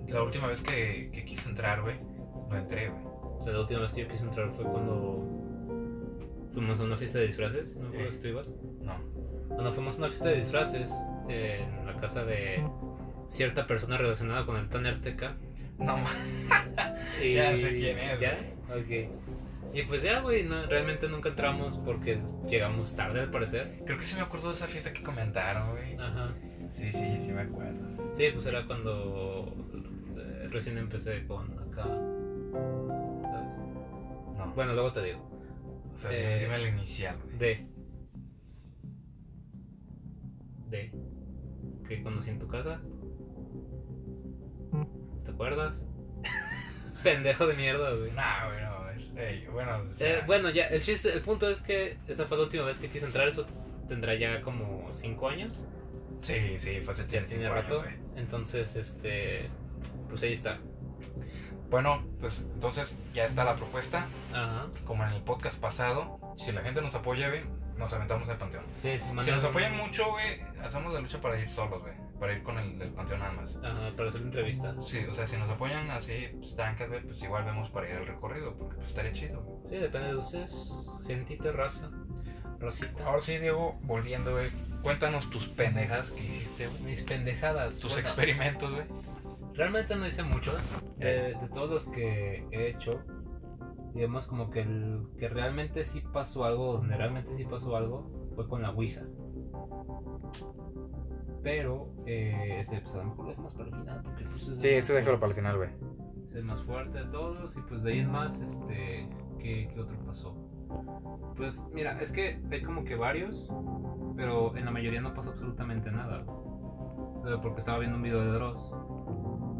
[SPEAKER 3] la última vez que, que quise entrar, güey, no entré, güey.
[SPEAKER 2] La última vez que yo quise entrar fue cuando fuimos a una fiesta de disfraces. No me acuerdo si tú ibas.
[SPEAKER 3] No.
[SPEAKER 2] Cuando fuimos a una fiesta de disfraces eh, en la casa de cierta persona relacionada con el Tanner Teca.
[SPEAKER 3] No, ma-
[SPEAKER 2] Y-
[SPEAKER 3] Ya sé quién es,
[SPEAKER 2] ¿Ya? Ok. Y pues ya, güey, no- realmente nunca entramos porque llegamos tarde al parecer.
[SPEAKER 3] creo que sí me acuerdo de esa fiesta que comentaron, güey.
[SPEAKER 2] Ajá.
[SPEAKER 3] Sí, sí, sí me acuerdo.
[SPEAKER 2] Sí, pues era cuando eh, recién empecé con acá. ¿sabes?
[SPEAKER 3] No.
[SPEAKER 2] Bueno, luego te digo.
[SPEAKER 3] o sea,
[SPEAKER 2] eh,
[SPEAKER 3] dime el inicial, güey.
[SPEAKER 2] D. D. Que conocí en tu casa. ¿Te acuerdas? Pendejo de mierda, güey.
[SPEAKER 3] Nah, güey, no, a ver. Ey, bueno, o sea,
[SPEAKER 2] Eh, bueno, ya, el chiste, el punto es que esa fue la última vez que quise entrar, eso tendrá ya como 5 años.
[SPEAKER 3] Sí, sí, fue hace
[SPEAKER 2] Ya tiene
[SPEAKER 3] cinco años,
[SPEAKER 2] rato.
[SPEAKER 3] güey.
[SPEAKER 2] Entonces, este. Pues ahí está.
[SPEAKER 3] Bueno, pues entonces ya está la propuesta.
[SPEAKER 2] Ajá.
[SPEAKER 3] Como en el podcast pasado, si la gente nos apoya, güey, nos aventamos al panteón.
[SPEAKER 2] Sí, sí,
[SPEAKER 3] Si
[SPEAKER 2] mandan-
[SPEAKER 3] nos apoyan mucho, güey, hacemos la lucha para ir solos, güey. Para ir con el del panteón nada más.
[SPEAKER 2] Ajá, para hacer entrevistas.
[SPEAKER 3] Sí, o sea, si nos apoyan así, pues trancas, güey, pues igual vemos para ir al recorrido, porque pues estaría chido. güey.
[SPEAKER 2] Sí, depende de ustedes. Gentita, raza. Rosita.
[SPEAKER 3] Ahora sí, Diego, volviendo, güey, cuéntanos tus pendejas que hiciste, güey.
[SPEAKER 2] Mis pendejadas.
[SPEAKER 3] Tus
[SPEAKER 2] Bueno,
[SPEAKER 3] experimentos, güey.
[SPEAKER 2] Realmente no hice mucho. De, de todos los que he hecho, digamos como que el que realmente sí pasó algo, donde realmente sí pasó algo, fue con la Ouija. Pero, eh, ese, pues a lo mejor lo dejamos para el final. Porque, pues, es el más fuerte.
[SPEAKER 3] final, güey.
[SPEAKER 2] Es el más fuerte de todos. Y pues de ahí en más, este, ¿qué, qué otro pasó? Pues mira, es que hay como que varios, pero en la mayoría no pasó absolutamente nada. O sea, porque estaba viendo un video de Dross,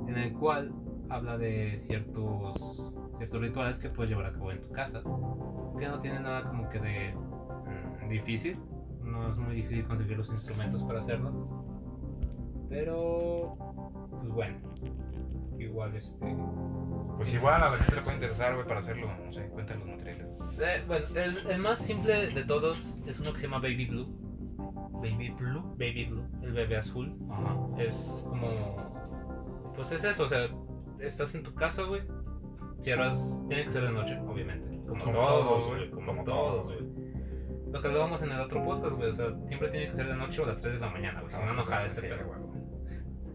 [SPEAKER 2] en el cual habla de ciertos, ciertos rituales que puedes llevar a cabo en tu casa, que no tiene nada como que de mm, difícil. No es muy difícil conseguir los instrumentos para hacerlo. Pero, pues bueno, igual este...
[SPEAKER 3] Pues igual a la gente le puede interesar, güey, para hacerlo, no sé, cuentan los materiales.
[SPEAKER 2] Eh, bueno, el, el más simple de todos es uno que se llama Baby Blue.
[SPEAKER 3] Baby Blue.
[SPEAKER 2] Baby Blue, el bebé azul.
[SPEAKER 3] Ajá.
[SPEAKER 2] Es como. Pues es eso, o sea, estás en tu casa, güey. Cierras. Tiene que ser de noche, obviamente. Como,
[SPEAKER 3] Como
[SPEAKER 2] todos,
[SPEAKER 3] todos,
[SPEAKER 2] güey.
[SPEAKER 3] güey.
[SPEAKER 2] Como,
[SPEAKER 3] Como
[SPEAKER 2] todos,
[SPEAKER 3] todos,
[SPEAKER 2] güey. Lo que hablábamos en el otro podcast, güey. O sea, siempre tiene que ser de noche o a las 3 de la mañana, güey. Si no, enojada este
[SPEAKER 3] Ah, Sí,
[SPEAKER 2] pedo.
[SPEAKER 3] huevo.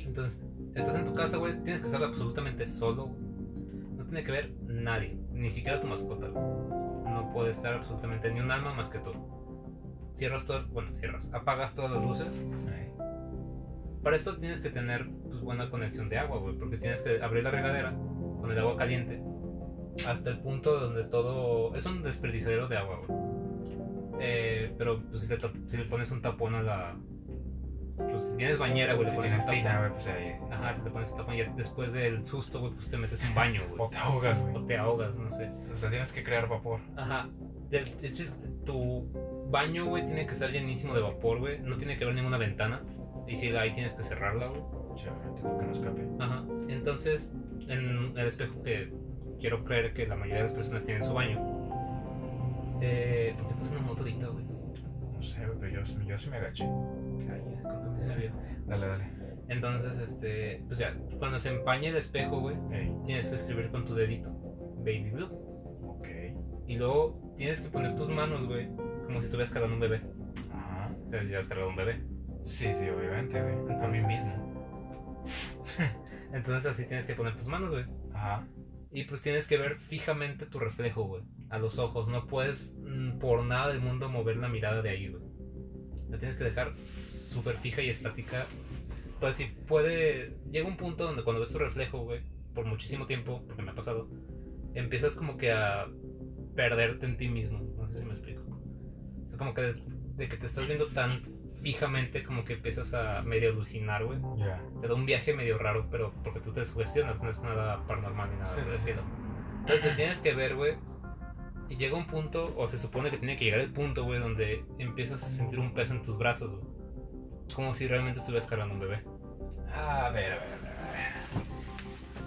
[SPEAKER 2] Entonces, estás en tu casa, güey, tienes que estar absolutamente solo. güey. No tiene que ver nadie, ni siquiera tu mascota. güey. No puede estar absolutamente ni un alma más que tú. Cierras todas, bueno, cierras, apagas todas las luces.
[SPEAKER 3] Ay.
[SPEAKER 2] Para esto tienes que tener pues, buena conexión de agua, güey, porque tienes que abrir la regadera con el agua caliente hasta el punto donde todo es un desperdiciadero de agua, güey. Eh, pero pues, si, le tap- si le pones un tapón a la, pues, si tienes bañera, güey, le
[SPEAKER 3] Si
[SPEAKER 2] pones
[SPEAKER 3] tienes
[SPEAKER 2] un tapón.
[SPEAKER 3] tina, Ah, güey, pues ahí.
[SPEAKER 2] Ajá, te pones el tapón y ya después del susto, güey, pues te metes un baño,
[SPEAKER 3] O
[SPEAKER 2] güey.
[SPEAKER 3] te ahogas,
[SPEAKER 2] O
[SPEAKER 3] güey.
[SPEAKER 2] te ahogas, no sé.
[SPEAKER 3] O sea, tienes que crear vapor.
[SPEAKER 2] Ajá. El chiste es que tu baño, güey, tiene que estar llenísimo de vapor, güey. No tiene que haber ninguna ventana. Y si la hay, tienes que cerrarla, güey.
[SPEAKER 3] Chévere, tengo que no escape.
[SPEAKER 2] Ajá. Entonces, en el espejo que quiero creer que la mayoría de las personas tienen en su baño. Eh, ¿Por qué pasa una moto ahorita, güey?
[SPEAKER 3] No sé, güey, pero yo, yo sí me agaché.
[SPEAKER 2] Ay, ya, creo que me se me vio.
[SPEAKER 3] Dale, dale.
[SPEAKER 2] Entonces, este, pues ya, cuando se empañe el espejo, güey,
[SPEAKER 3] Ey,
[SPEAKER 2] tienes que escribir con tu dedito, baby blue.
[SPEAKER 3] ok.
[SPEAKER 2] Y luego tienes que poner tus manos, güey, como si estuvieras cargando un bebé.
[SPEAKER 3] Ajá.
[SPEAKER 2] O sea, si has cargado un bebé.
[SPEAKER 3] Sí, sí, obviamente, güey. A mí
[SPEAKER 2] Entonces-
[SPEAKER 3] mismo.
[SPEAKER 2] Entonces así tienes que poner tus manos, güey.
[SPEAKER 3] Ajá.
[SPEAKER 2] Y pues tienes que ver fijamente tu reflejo, güey. A los ojos. No puedes mm, por nada del mundo mover la mirada de ahí, güey. La tienes que dejar súper fija y estática. Pues si puede... Llega un punto donde cuando ves tu reflejo, güey, por muchísimo tiempo, porque me ha pasado, empiezas como que a perderte en ti mismo. No sé si me explico. O sea, como que de, de que te estás viendo tan fijamente como que empiezas a medio alucinar, güey.
[SPEAKER 3] Ya.
[SPEAKER 2] Te da un viaje medio raro, pero porque tú te sugestionas, no es nada paranormal ni nada
[SPEAKER 3] Sí, sí,
[SPEAKER 2] por el estilo. Entonces te tienes que ver, güey. Y llega un punto, o se supone que tiene que llegar el punto, güey, donde empiezas a sentir un peso en tus brazos, güey. Como si realmente estuvieras cargando un bebé.
[SPEAKER 3] A ver, a ver, a ver, a ver.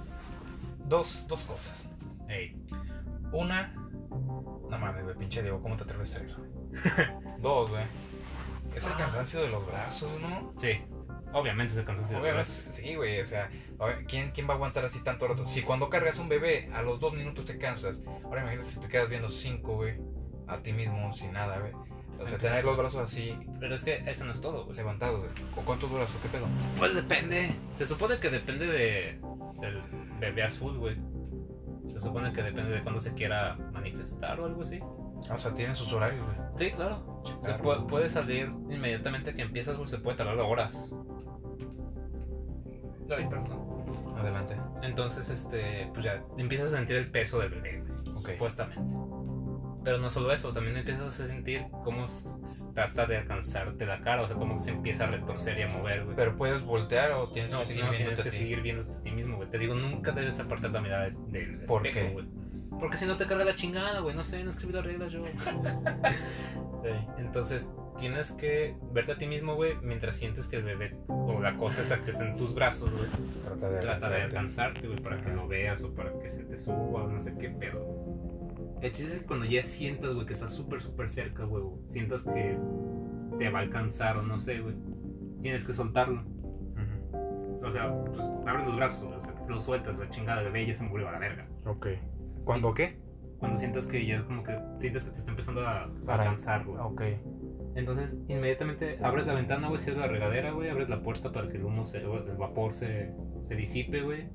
[SPEAKER 3] Dos, dos cosas.
[SPEAKER 2] Ey.
[SPEAKER 3] Una, no mames, güey, pinche Diego, ¿cómo te atreves a hacer eso? güey? Dos, güey. Es el
[SPEAKER 2] Ah.
[SPEAKER 3] cansancio de los brazos, ¿no?
[SPEAKER 2] Sí. Obviamente se cansa de
[SPEAKER 3] Obviamente, sí, güey, o sea, a ver, ¿quién, ¿quién va a aguantar así tanto rato? Si cuando cargas un bebé, a los dos minutos te cansas. Ahora imagínate si te quedas viendo cinco, güey, a ti mismo, sin nada, güey. O sea, tener los brazos así,
[SPEAKER 2] Pero es que eso no es todo, güey.
[SPEAKER 3] levantados, güey. ¿Con cuánto duras o qué pedo?
[SPEAKER 2] Pues depende. Se supone que depende de, del bebé azul, güey. Se supone que depende de cuándo se quiera manifestar o algo así.
[SPEAKER 3] O sea, tienen sus horarios, güey.
[SPEAKER 2] Sí, claro. Se
[SPEAKER 3] Claro.
[SPEAKER 2] puede, puede salir inmediatamente que empiezas, güey, se puede tardar horas. Ay, perdón.
[SPEAKER 3] Adelante.
[SPEAKER 2] Entonces, este, pues ya empiezas a sentir el peso del bebé, güey,
[SPEAKER 3] Ok.
[SPEAKER 2] supuestamente. Pero no solo eso, también empiezas a sentir cómo s- s- trata de alcanzarte la cara, o sea, cómo se empieza a retorcer y a mover, güey.
[SPEAKER 3] Pero puedes voltear o tienes
[SPEAKER 2] no,
[SPEAKER 3] que seguir
[SPEAKER 2] no, tienes
[SPEAKER 3] viéndote
[SPEAKER 2] que
[SPEAKER 3] a ti?
[SPEAKER 2] seguir viéndote a ti mismo, güey. Te digo, nunca debes apartar la mirada de- del
[SPEAKER 3] ¿Por
[SPEAKER 2] espejo,
[SPEAKER 3] qué?
[SPEAKER 2] güey. Porque si no te carga la chingada, güey. No sé, no escribí las reglas yo. Entonces tienes que verte a ti mismo, güey, mientras sientes que el bebé o la cosa esa que está en tus brazos, güey,
[SPEAKER 3] Trata de
[SPEAKER 2] trata de
[SPEAKER 3] alcanzarte.
[SPEAKER 2] alcanzarte, güey, para que lo veas o para que se te suba o no sé qué pedo. El chiste es que cuando ya sientas, güey, que estás súper, súper cerca, güey, o sientas que te va a alcanzar o no sé, güey, tienes que soltarlo.
[SPEAKER 3] Ujú.
[SPEAKER 2] O sea, pues abres los brazos, güey, o sea, lo sueltas, la chingada, el bebé ya se murió a la verga.
[SPEAKER 3] Ok. ¿Cuándo qué?
[SPEAKER 2] Cuando sientas que ya como que sientes que te está empezando a, a
[SPEAKER 3] Para-
[SPEAKER 2] alcanzar, güey.
[SPEAKER 3] Ok.
[SPEAKER 2] Entonces, inmediatamente abres la ventana, güey, cierras la regadera, güey, abres la puerta para que el humo, se, o el vapor se, se disipe, güey.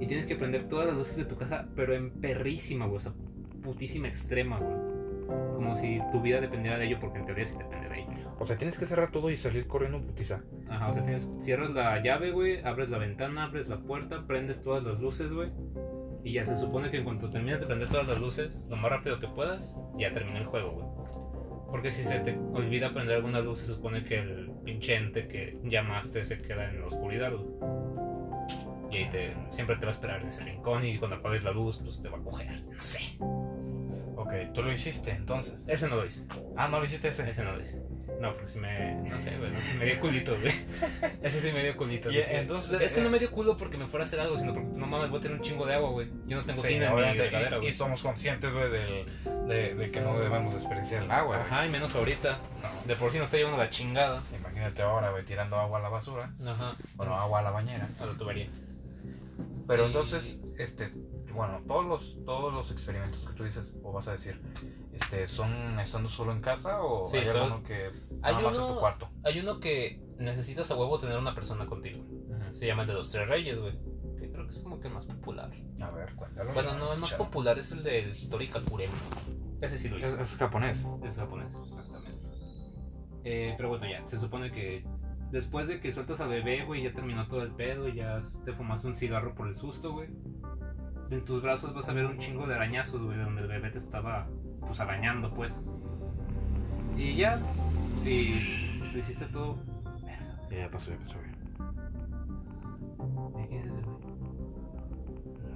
[SPEAKER 2] Y tienes que prender todas las luces de tu casa, pero en perrísima, güey, o sea, putísima extrema, güey. Como si tu vida dependiera de ello, porque en teoría sí depende de ello.
[SPEAKER 3] O sea, tienes que cerrar todo y salir corriendo putiza.
[SPEAKER 2] Ajá, o sea, tienes, cierras la llave, güey, abres la ventana, abres la puerta, prendes todas las luces, güey. Y ya se supone que en cuanto termines de prender todas las luces, lo más rápido que puedas, ya termina el juego, güey. Porque si se te olvida prender alguna luz, se supone que el pinche ente que llamaste se queda en la oscuridad, güey. Y ahí te, siempre te va a esperar en ese rincón y cuando apagues la luz, pues te va a coger, no sé.
[SPEAKER 3] Ok, tú lo hiciste entonces.
[SPEAKER 2] Ese no lo hice.
[SPEAKER 3] Ah, no lo hiciste ese.
[SPEAKER 2] Ese no lo hice. No, pues sí me. No sé, güey. no- Me dio culito, güey. Ese sí me dio culito.
[SPEAKER 3] Y,
[SPEAKER 2] dije.
[SPEAKER 3] entonces,
[SPEAKER 2] es que
[SPEAKER 3] eh,
[SPEAKER 2] no me dio culo porque me fuera a hacer algo, sino porque no mames, voy a tener un chingo de agua, güey. Yo no tengo
[SPEAKER 3] Sí,
[SPEAKER 2] tina en mi
[SPEAKER 3] obviamente,
[SPEAKER 2] regadera,
[SPEAKER 3] y, y
[SPEAKER 2] güey.
[SPEAKER 3] somos conscientes, güey, del- de, de que no debemos desperdiciar el agua, güey.
[SPEAKER 2] Ajá, y menos ahorita.
[SPEAKER 3] No.
[SPEAKER 2] De por sí nos está llevando la chingada.
[SPEAKER 3] Imagínate ahora, güey, tirando agua a la basura.
[SPEAKER 2] Ajá.
[SPEAKER 3] Bueno, agua a la bañera.
[SPEAKER 2] A la tubería.
[SPEAKER 3] Pero
[SPEAKER 2] Y-
[SPEAKER 3] entonces, este, bueno, todos los, todos los experimentos que tú dices, o vas a decir, este, ¿son estando solo en casa o
[SPEAKER 2] Sí,
[SPEAKER 3] hay
[SPEAKER 2] todos-
[SPEAKER 3] alguno que
[SPEAKER 2] Hay
[SPEAKER 3] nada más en
[SPEAKER 2] uno-
[SPEAKER 3] tu cuarto?
[SPEAKER 2] Hay uno que necesitas a huevo tener una persona contigo. Se llama el de los tres reyes, güey. Que creo que es como que el más popular.
[SPEAKER 3] A ver, cuéntalo.
[SPEAKER 2] Bueno, no, el más
[SPEAKER 3] Chao.
[SPEAKER 2] popular es el del Hitori Kakuremo. Ese sí lo hice.
[SPEAKER 3] Es, es japonés.
[SPEAKER 2] Es japonés, exactamente. Eh, pero bueno, ya, se supone que después de que sueltas al bebé, güey, ya terminó todo el pedo, ya te fumaste un cigarro por el susto, güey. En tus brazos vas a ver un chingo de arañazos, güey, donde el bebé te estaba, pues, arañando, pues. Y ya, si lo hiciste todo... Verga,
[SPEAKER 3] Ya, ya pasó, ya pasó. güey.
[SPEAKER 2] güey, ¿quién es ese güey?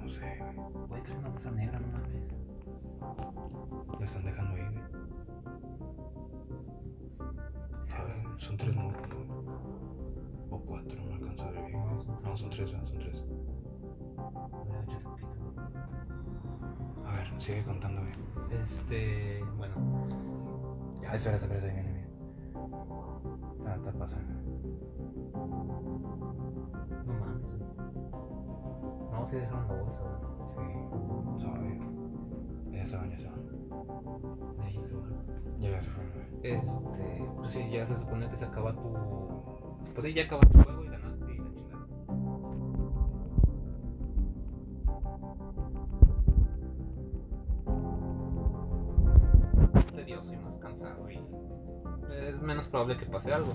[SPEAKER 3] No sé, güey.
[SPEAKER 2] Güey, trae una bolsa negra, no mames.
[SPEAKER 3] La están dejando ahí, güey. Ya, güey, Son tres números, güey. O cuatro, no alcanzo a ver bien. No, son tres, güey, son tres.
[SPEAKER 2] Güey, échate un poquito.
[SPEAKER 3] A ver, sigue contando, güey.
[SPEAKER 2] Este, bueno. Ya,
[SPEAKER 3] espérate, Ah, espérate, ahí viene, viene. Ah, está pasando.
[SPEAKER 2] No, sí dejaron la bolsa, güey.
[SPEAKER 3] Sí. No, a ver. Ya se van, ya se van.
[SPEAKER 2] Ahí se va.
[SPEAKER 3] Ya, ya se fueron, güey.
[SPEAKER 2] Este, pues sí, ya se supone que se acaba tu. Pues sí, ya acaba tu juego y ganaste y la chingada. Tedioso y más cansado y. Es menos probable que pase algo.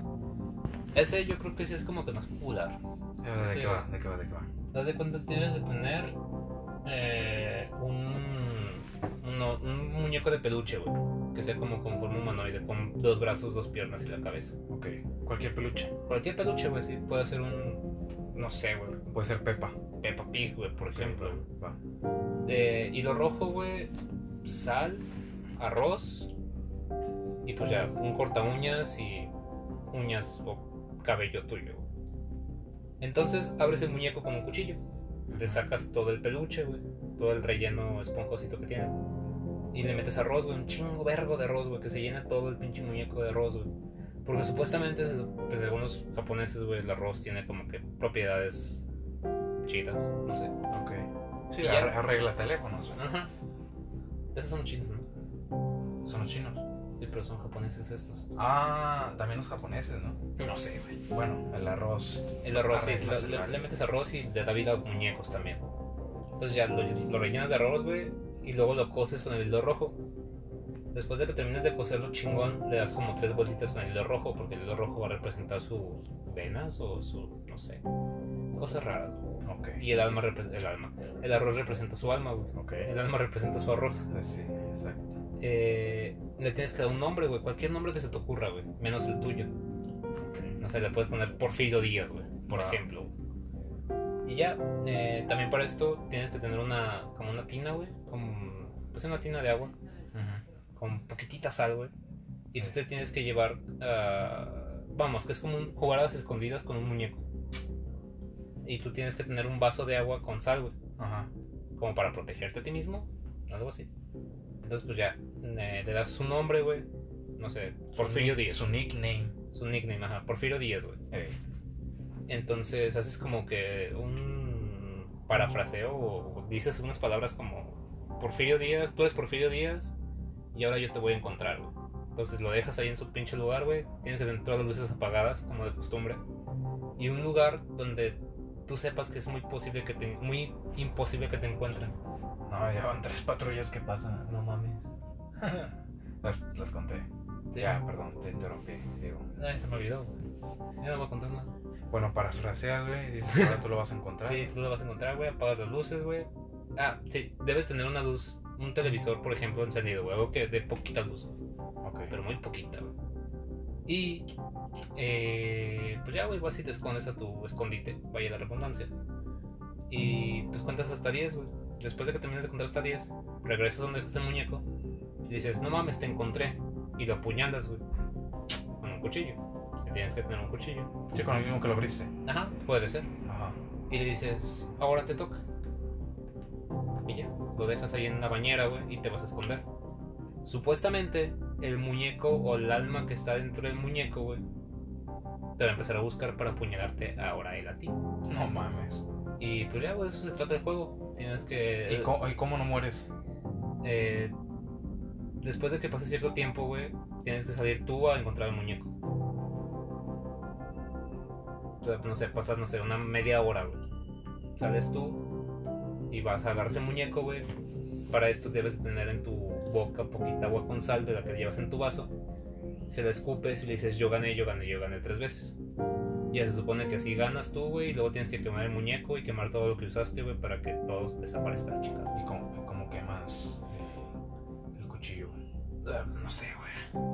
[SPEAKER 2] Ese yo creo que sí es como que más popular.
[SPEAKER 3] A ver, Ah, ¿De
[SPEAKER 2] Sí.
[SPEAKER 3] qué va? ¿De qué va? ¿De qué va?
[SPEAKER 2] ¿Te das de cuenta? Tienes de tener eh, un, uno- un muñeco de peluche, güey. Que sea como con forma humanoide, con dos brazos, dos piernas y la cabeza.
[SPEAKER 3] Ok. Cualquier peluche.
[SPEAKER 2] Cualquier peluche, güey, sí. Puede ser un, no sé, güey,
[SPEAKER 3] Puede ser Pepa.
[SPEAKER 2] Peppa Pig, güey, por ejemplo.
[SPEAKER 3] Va.
[SPEAKER 2] Eh, hilo rojo, güey, sal, arroz y pues ya, un corta uñas y uñas o cabello tuyo. güey. Entonces abres el muñeco con un cuchillo. Te sacas todo el peluche, güey. Todo el relleno esponjosito que tiene. Y le metes arroz, güey. Un chingo vergo de arroz, güey. Que se llena todo el pinche muñeco de arroz, güey. Porque supuestamente, se- pues algunos japoneses, güey, el arroz tiene como que propiedades chidas. No sé.
[SPEAKER 3] Ok. Sí,
[SPEAKER 2] Y ya.
[SPEAKER 3] ar- arregla teléfonos. ¿no?
[SPEAKER 2] Ajá. Esos son chinos, ¿no?
[SPEAKER 3] Son los chinos.
[SPEAKER 2] Sí, pero son japoneses estos.
[SPEAKER 3] Ah, también los japoneses, ¿no?
[SPEAKER 2] No sé, güey.
[SPEAKER 3] Bueno, el arroz.
[SPEAKER 2] El arroz, sí,
[SPEAKER 3] Arreglas
[SPEAKER 2] le-
[SPEAKER 3] el
[SPEAKER 2] le,
[SPEAKER 3] arroz.
[SPEAKER 2] le metes arroz y le da vida a muñecos también. Entonces ya lo, lo rellenas de arroz, güey, y luego lo coces con el hilo rojo. Después de que termines de cocerlo chingón, le das como tres vueltitas con el hilo rojo, porque el hilo rojo va a representar sus venas o su, no sé, cosas raras. güey.
[SPEAKER 3] Ok.
[SPEAKER 2] Y el alma representa el alma. El arroz representa su alma, güey.
[SPEAKER 3] Ok. Pues
[SPEAKER 2] El alma representa su arroz.
[SPEAKER 3] Sí, exacto.
[SPEAKER 2] Eh, le tienes que dar un nombre, güey. Cualquier nombre que se te ocurra, güey. Menos el tuyo. No sé, le puedes poner Porfirio Díaz, güey, por
[SPEAKER 3] Ah.
[SPEAKER 2] ejemplo. Y ya, eh, también para esto tienes que tener una, como una tina, güey, con, pues una tina de agua,
[SPEAKER 3] Ujú.
[SPEAKER 2] con poquitita sal, güey. Y tú
[SPEAKER 3] Sí.
[SPEAKER 2] te tienes que llevar, ah, vamos, que es como un, jugar a las escondidas con un muñeco. Y tú tienes que tener un vaso de agua con sal, güey
[SPEAKER 3] Ajá.
[SPEAKER 2] como para protegerte a ti mismo, algo así. Entonces, pues ya, eh, le das su nombre, güey. No sé, Porfirio
[SPEAKER 3] Su nick-
[SPEAKER 2] Díaz.
[SPEAKER 3] Su
[SPEAKER 2] Su,
[SPEAKER 3] nickname.
[SPEAKER 2] nickname, ajá, Porfirio Díaz, güey.
[SPEAKER 3] Ey.
[SPEAKER 2] Entonces, haces como que un parafraseo o dices unas palabras como Porfirio Díaz, tú eres Porfirio Díaz y ahora yo te voy a encontrar, güey. Entonces lo dejas ahí en su pinche lugar, güey. Tienes que tener todas las luces apagadas, como de costumbre. Y un lugar donde tú sepas que es muy posible que te, muy imposible que te encuentren.
[SPEAKER 3] No, ya van tres patrullas que pasan.
[SPEAKER 2] No mames.
[SPEAKER 3] las, las conté.
[SPEAKER 2] Sí.
[SPEAKER 3] Ya, perdón, te interrumpí, Diego.
[SPEAKER 2] Ay, se me olvidó, güey. Ya no voy a contar nada.
[SPEAKER 3] Bueno, para fraseas, güey, dices ahora tú lo vas a encontrar.
[SPEAKER 2] Sí, tú lo vas a encontrar, güey. Apagas las luces, güey. Ah, sí, debes tener una luz, un televisor, por ejemplo, encendido, güey. Algo que de poquita luz,
[SPEAKER 3] Ok.
[SPEAKER 2] pero muy poquita, güey. Y, eh, pues ya, güey, vas y te escondes a tu escondite, vaya la redundancia. Y pues cuentas hasta 10, güey. Después de que termines de contar hasta 10, regresas donde está el muñeco y dices, no mames, te encontré. Y lo apuñalas, güey, con un cuchillo. Que tienes que tener un cuchillo.
[SPEAKER 3] Sí, con el mismo que lo abriste.
[SPEAKER 2] Ajá, puede ser.
[SPEAKER 3] Ajá.
[SPEAKER 2] Y le dices, ahora te toca. Y ya, lo dejas ahí en una bañera, güey, y te vas a esconder. Supuestamente, el muñeco o el alma que está dentro del muñeco, güey, te va a empezar a buscar para apuñalarte ahora él a ti.
[SPEAKER 3] No mames.
[SPEAKER 2] Y pues ya, güey, eso se trata del juego. Tienes que...
[SPEAKER 3] ¿Y cómo, y cómo no mueres?
[SPEAKER 2] eh, después de que pase cierto tiempo, güey, tienes que salir tú a encontrar al muñeco. O sea, no sé, pasa, no sé, una media hora, güey. Sales tú y vas a agarrar ese muñeco, güey. Para esto debes de tener en tu boca poquita agua con sal de la que llevas en tu vaso. Se la escupes y le dices, yo gané, yo gané, yo gané tres veces. Ya se supone que así ganas tú, güey, y luego tienes que quemar el muñeco y quemar todo lo que usaste, güey, para que todos desaparezcan, chicas.
[SPEAKER 3] ¿Y cómo, y cómo quemas el cuchillo?
[SPEAKER 2] Ah, No sé, güey.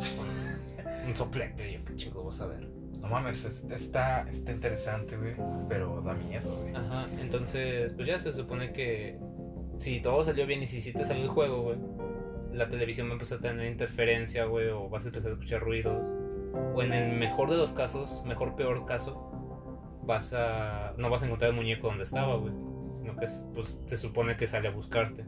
[SPEAKER 2] Un soplete, yo qué chico, vas a ver.
[SPEAKER 3] No mames, es- está, está interesante, güey, pero da miedo, güey.
[SPEAKER 2] Ajá, entonces, pues ya se supone que si todo salió bien y si sí te salió el juego, güey, la televisión va a empezar a tener interferencia, güey, o vas a empezar a escuchar ruidos. O en el mejor de los casos, mejor peor caso, vas a. No vas a encontrar el muñeco donde estaba, güey. Sino que es- pues, se supone que sale a buscarte.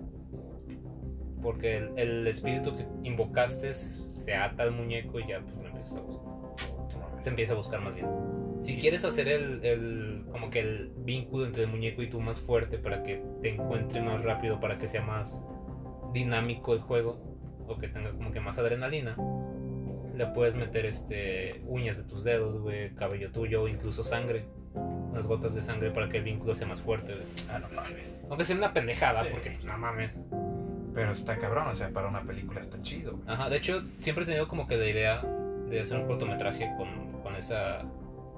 [SPEAKER 2] Porque el, el espíritu que invocaste se ata al muñeco y ya pues lo empiezas a buscar.
[SPEAKER 3] No mames.
[SPEAKER 2] Te empieza a buscar más bien. Si quieres hacer el, el- como que el vínculo entre el muñeco y tú más fuerte para que te encuentre más rápido, para que sea más dinámico el juego o que tenga como que más adrenalina, le puedes meter este uñas de tus dedos, güey, cabello tuyo, o incluso sangre, unas gotas de sangre para que el vínculo sea más fuerte, güey.
[SPEAKER 3] Ah, no mames. Ah,
[SPEAKER 2] Aunque sea una pendejada,
[SPEAKER 3] Sí.
[SPEAKER 2] porque pues no mames.
[SPEAKER 3] Pero está cabrón, o sea, para una película está chido. güey.
[SPEAKER 2] Ajá, de hecho, siempre he tenido como que la idea de hacer un cortometraje con, con esa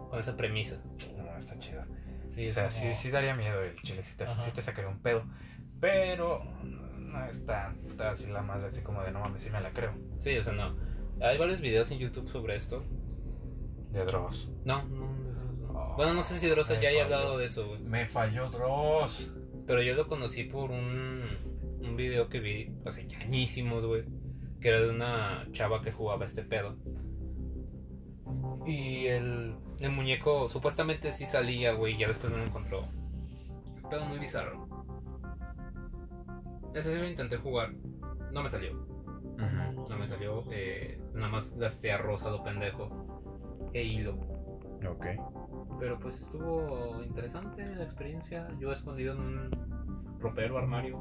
[SPEAKER 2] con esa premisa.
[SPEAKER 3] No, no, está chido.
[SPEAKER 2] Sí,
[SPEAKER 3] o
[SPEAKER 2] es
[SPEAKER 3] sea,
[SPEAKER 2] como-
[SPEAKER 3] sí, sí daría miedo el chile, sí te,
[SPEAKER 2] Ajá.
[SPEAKER 3] sí te sacaría un pedo. Pero no está, está así la madre, así como de no mames, sí me la creo.
[SPEAKER 2] Sí, o sea, no. Hay varios videos en YouTube sobre esto.
[SPEAKER 3] De Dross.
[SPEAKER 2] No, no, de Dross no.
[SPEAKER 3] Oh,
[SPEAKER 2] bueno, no sé si Dross
[SPEAKER 3] me
[SPEAKER 2] ya
[SPEAKER 3] falló.
[SPEAKER 2] haya hablado de eso, güey.
[SPEAKER 3] Me falló Dross.
[SPEAKER 2] Pero yo lo conocí por un, un video que vi hace añísimos, güey. Que era de una chava que jugaba este pedo. Y el, el muñeco supuestamente sí salía, güey. y Ya después no lo encontró. Un pedo muy bizarro. Ese sí lo intenté jugar. No me salió. No me salió. eh, nada más gasté a rosa lo pendejo. E hilo.
[SPEAKER 3] Ok.
[SPEAKER 2] Pero pues estuvo interesante la experiencia. Yo escondido en un ropero armario,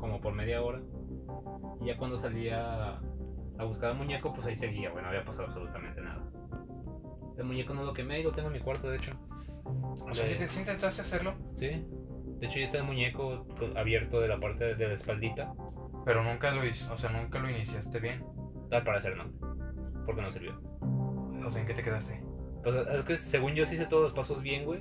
[SPEAKER 2] como por media hora. Y ya cuando salía a buscar al muñeco, pues ahí seguía. Bueno, no había pasado absolutamente nada. El muñeco no lo quemé y lo tengo en mi cuarto, de hecho.
[SPEAKER 3] O sea,
[SPEAKER 2] De-
[SPEAKER 3] si, te- si intentaste hacerlo,
[SPEAKER 2] Sí. De hecho, ya está el muñeco con- abierto de la parte de la espaldita.
[SPEAKER 3] pero nunca lo hice, o sea, nunca lo iniciaste bien.
[SPEAKER 2] Al parecer no. Porque no sirvió.
[SPEAKER 3] O sea, ¿en qué te quedaste?
[SPEAKER 2] Pues es que según yo sí hice todos los pasos bien, güey.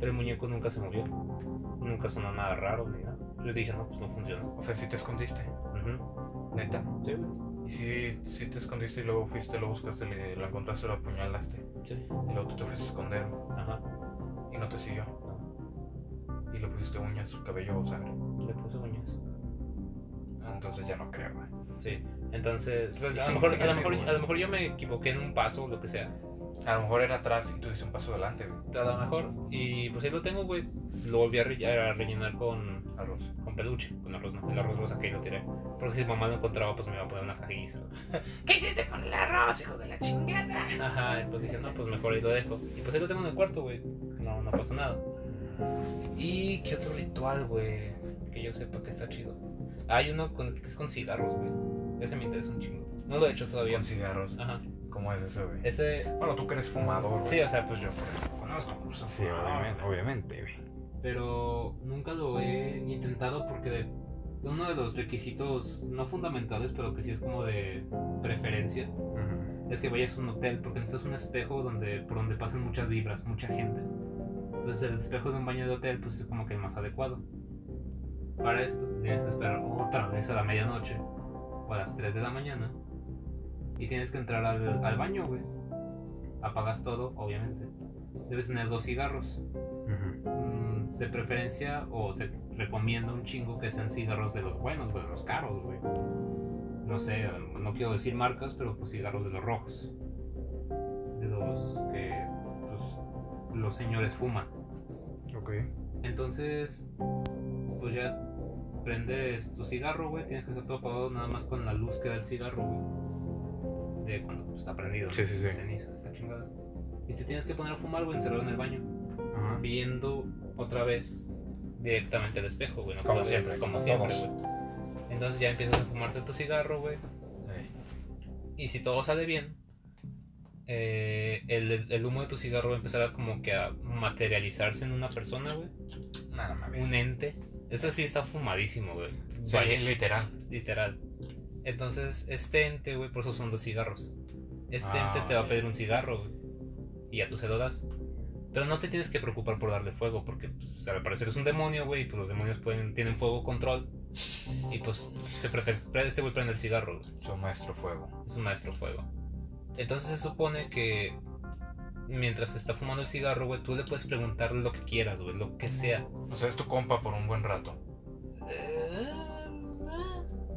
[SPEAKER 2] Pero el muñeco nunca se movió. Nunca sonó nada raro ni nada. Yo dije, no, pues no funcionó.
[SPEAKER 3] O sea, si te escondiste,
[SPEAKER 2] Ujú.
[SPEAKER 3] neta.
[SPEAKER 2] Sí, güey.
[SPEAKER 3] Y si, si te escondiste y luego fuiste, lo buscaste, le- lo encontraste, lo apuñalaste.
[SPEAKER 2] Sí.
[SPEAKER 3] Y luego tú te fuiste a esconder
[SPEAKER 2] Ajá.
[SPEAKER 3] y no te siguió. Y le pusiste uñas, cabello o sangre. Ah,
[SPEAKER 2] Le puse uñas.
[SPEAKER 3] Entonces ya no creo, güey.
[SPEAKER 2] Sí. Entonces, pues,
[SPEAKER 3] Sí,
[SPEAKER 2] a,
[SPEAKER 3] sí,
[SPEAKER 2] lo mejor,
[SPEAKER 3] sí,
[SPEAKER 2] a, lo
[SPEAKER 3] sí,
[SPEAKER 2] mejor,
[SPEAKER 3] güey.
[SPEAKER 2] a lo mejor yo me equivoqué en un paso o lo que sea.
[SPEAKER 3] A lo mejor era atrás y tú diste un paso adelante, güey.
[SPEAKER 2] A lo mejor. Y pues ahí lo tengo, güey. Lo volví a, re- a rellenar con,
[SPEAKER 3] Arroz.
[SPEAKER 2] con peluche. Con arroz, no. El arroz lo saqué y lo tiré. Porque si mamá lo encontraba, pues me iba a poner una cajiza.
[SPEAKER 3] ¿Qué hiciste con el arroz, hijo de la chingada?
[SPEAKER 2] Ajá. Y pues dije, no, pues mejor ahí lo dejo. Y pues ahí lo tengo en el cuarto, güey. No, no pasó nada. ¿Y qué otro ritual, güey? Que yo sepa que está chido. Hay uno con- que es con cigarros, güey. Ese me interesa un chingo. No lo he hecho todavía.
[SPEAKER 3] Con cigarros.
[SPEAKER 2] Ajá.
[SPEAKER 3] ¿Cómo es eso, güey?
[SPEAKER 2] Ese.
[SPEAKER 3] Bueno, tú que eres fumador, güey.
[SPEAKER 2] Sí, o sea, pues yo por eso conozco. pues, soy fumador, güey.
[SPEAKER 3] obviamente, güey.
[SPEAKER 2] Pero nunca lo he intentado porque de- uno de los requisitos, no fundamentales, pero que sí es como de preferencia, es que vayas a un hotel porque necesitas un espejo donde, por donde pasan muchas vibras, mucha gente. Entonces el espejo de un baño de hotel pues es como que el más adecuado. Para esto tienes que esperar otra vez a la medianoche o a las 3 de la mañana y tienes que entrar al, al baño, güey. Apagas todo, obviamente. Debes tener dos cigarros. Mm, de preferencia o se recomienda un chingo que sean cigarros de los buenos, güey, de los caros, güey. No sé, no quiero decir marcas, pero pues cigarros de los rojos. De los que pues, los señores fuman.
[SPEAKER 3] Ok.
[SPEAKER 2] Entonces, pues ya prendes tu cigarro, güey, tienes que estar todo apagado nada más con la luz que da el cigarro, güey. De cuando pues, está prendido,
[SPEAKER 3] Sí,
[SPEAKER 2] ¿no?
[SPEAKER 3] sí, sí.
[SPEAKER 2] cenizas, la chingada. Y te tienes que poner a fumar, güey, encerrado en el baño viendo otra vez directamente al espejo, güey. ¿no?
[SPEAKER 3] Como
[SPEAKER 2] Puedes-
[SPEAKER 3] siempre,
[SPEAKER 2] Como siempre,
[SPEAKER 3] todos.
[SPEAKER 2] güey. Entonces ya empiezas a fumarte tu cigarro, güey. Y si todo sale bien, eh, el, el humo de tu cigarro va a empezar a como que a materializarse en una persona, güey.
[SPEAKER 3] Nada mames.
[SPEAKER 2] Un ente. Ese sí está fumadísimo, güey.
[SPEAKER 3] Sí,
[SPEAKER 2] Vaya,
[SPEAKER 3] literal.
[SPEAKER 2] literal. Entonces, este ente, güey, por eso son dos cigarros. Este
[SPEAKER 3] Ah,
[SPEAKER 2] ente te va a
[SPEAKER 3] ok.
[SPEAKER 2] pedir un cigarro, güey. Y ya tú se lo das. Pero no te tienes que preocupar por darle fuego, porque pues, al parecer es un demonio, güey, y pues los demonios pueden, tienen fuego control. Y pues se prete- pre- este güey prende el cigarro, güey.
[SPEAKER 3] Su maestro fuego.
[SPEAKER 2] es un maestro fuego. Entonces se supone que mientras está fumando el cigarro, güey, tú le puedes preguntar lo que quieras, güey, lo que sea.
[SPEAKER 3] O sea, es tu compa por un buen rato.
[SPEAKER 2] Eh,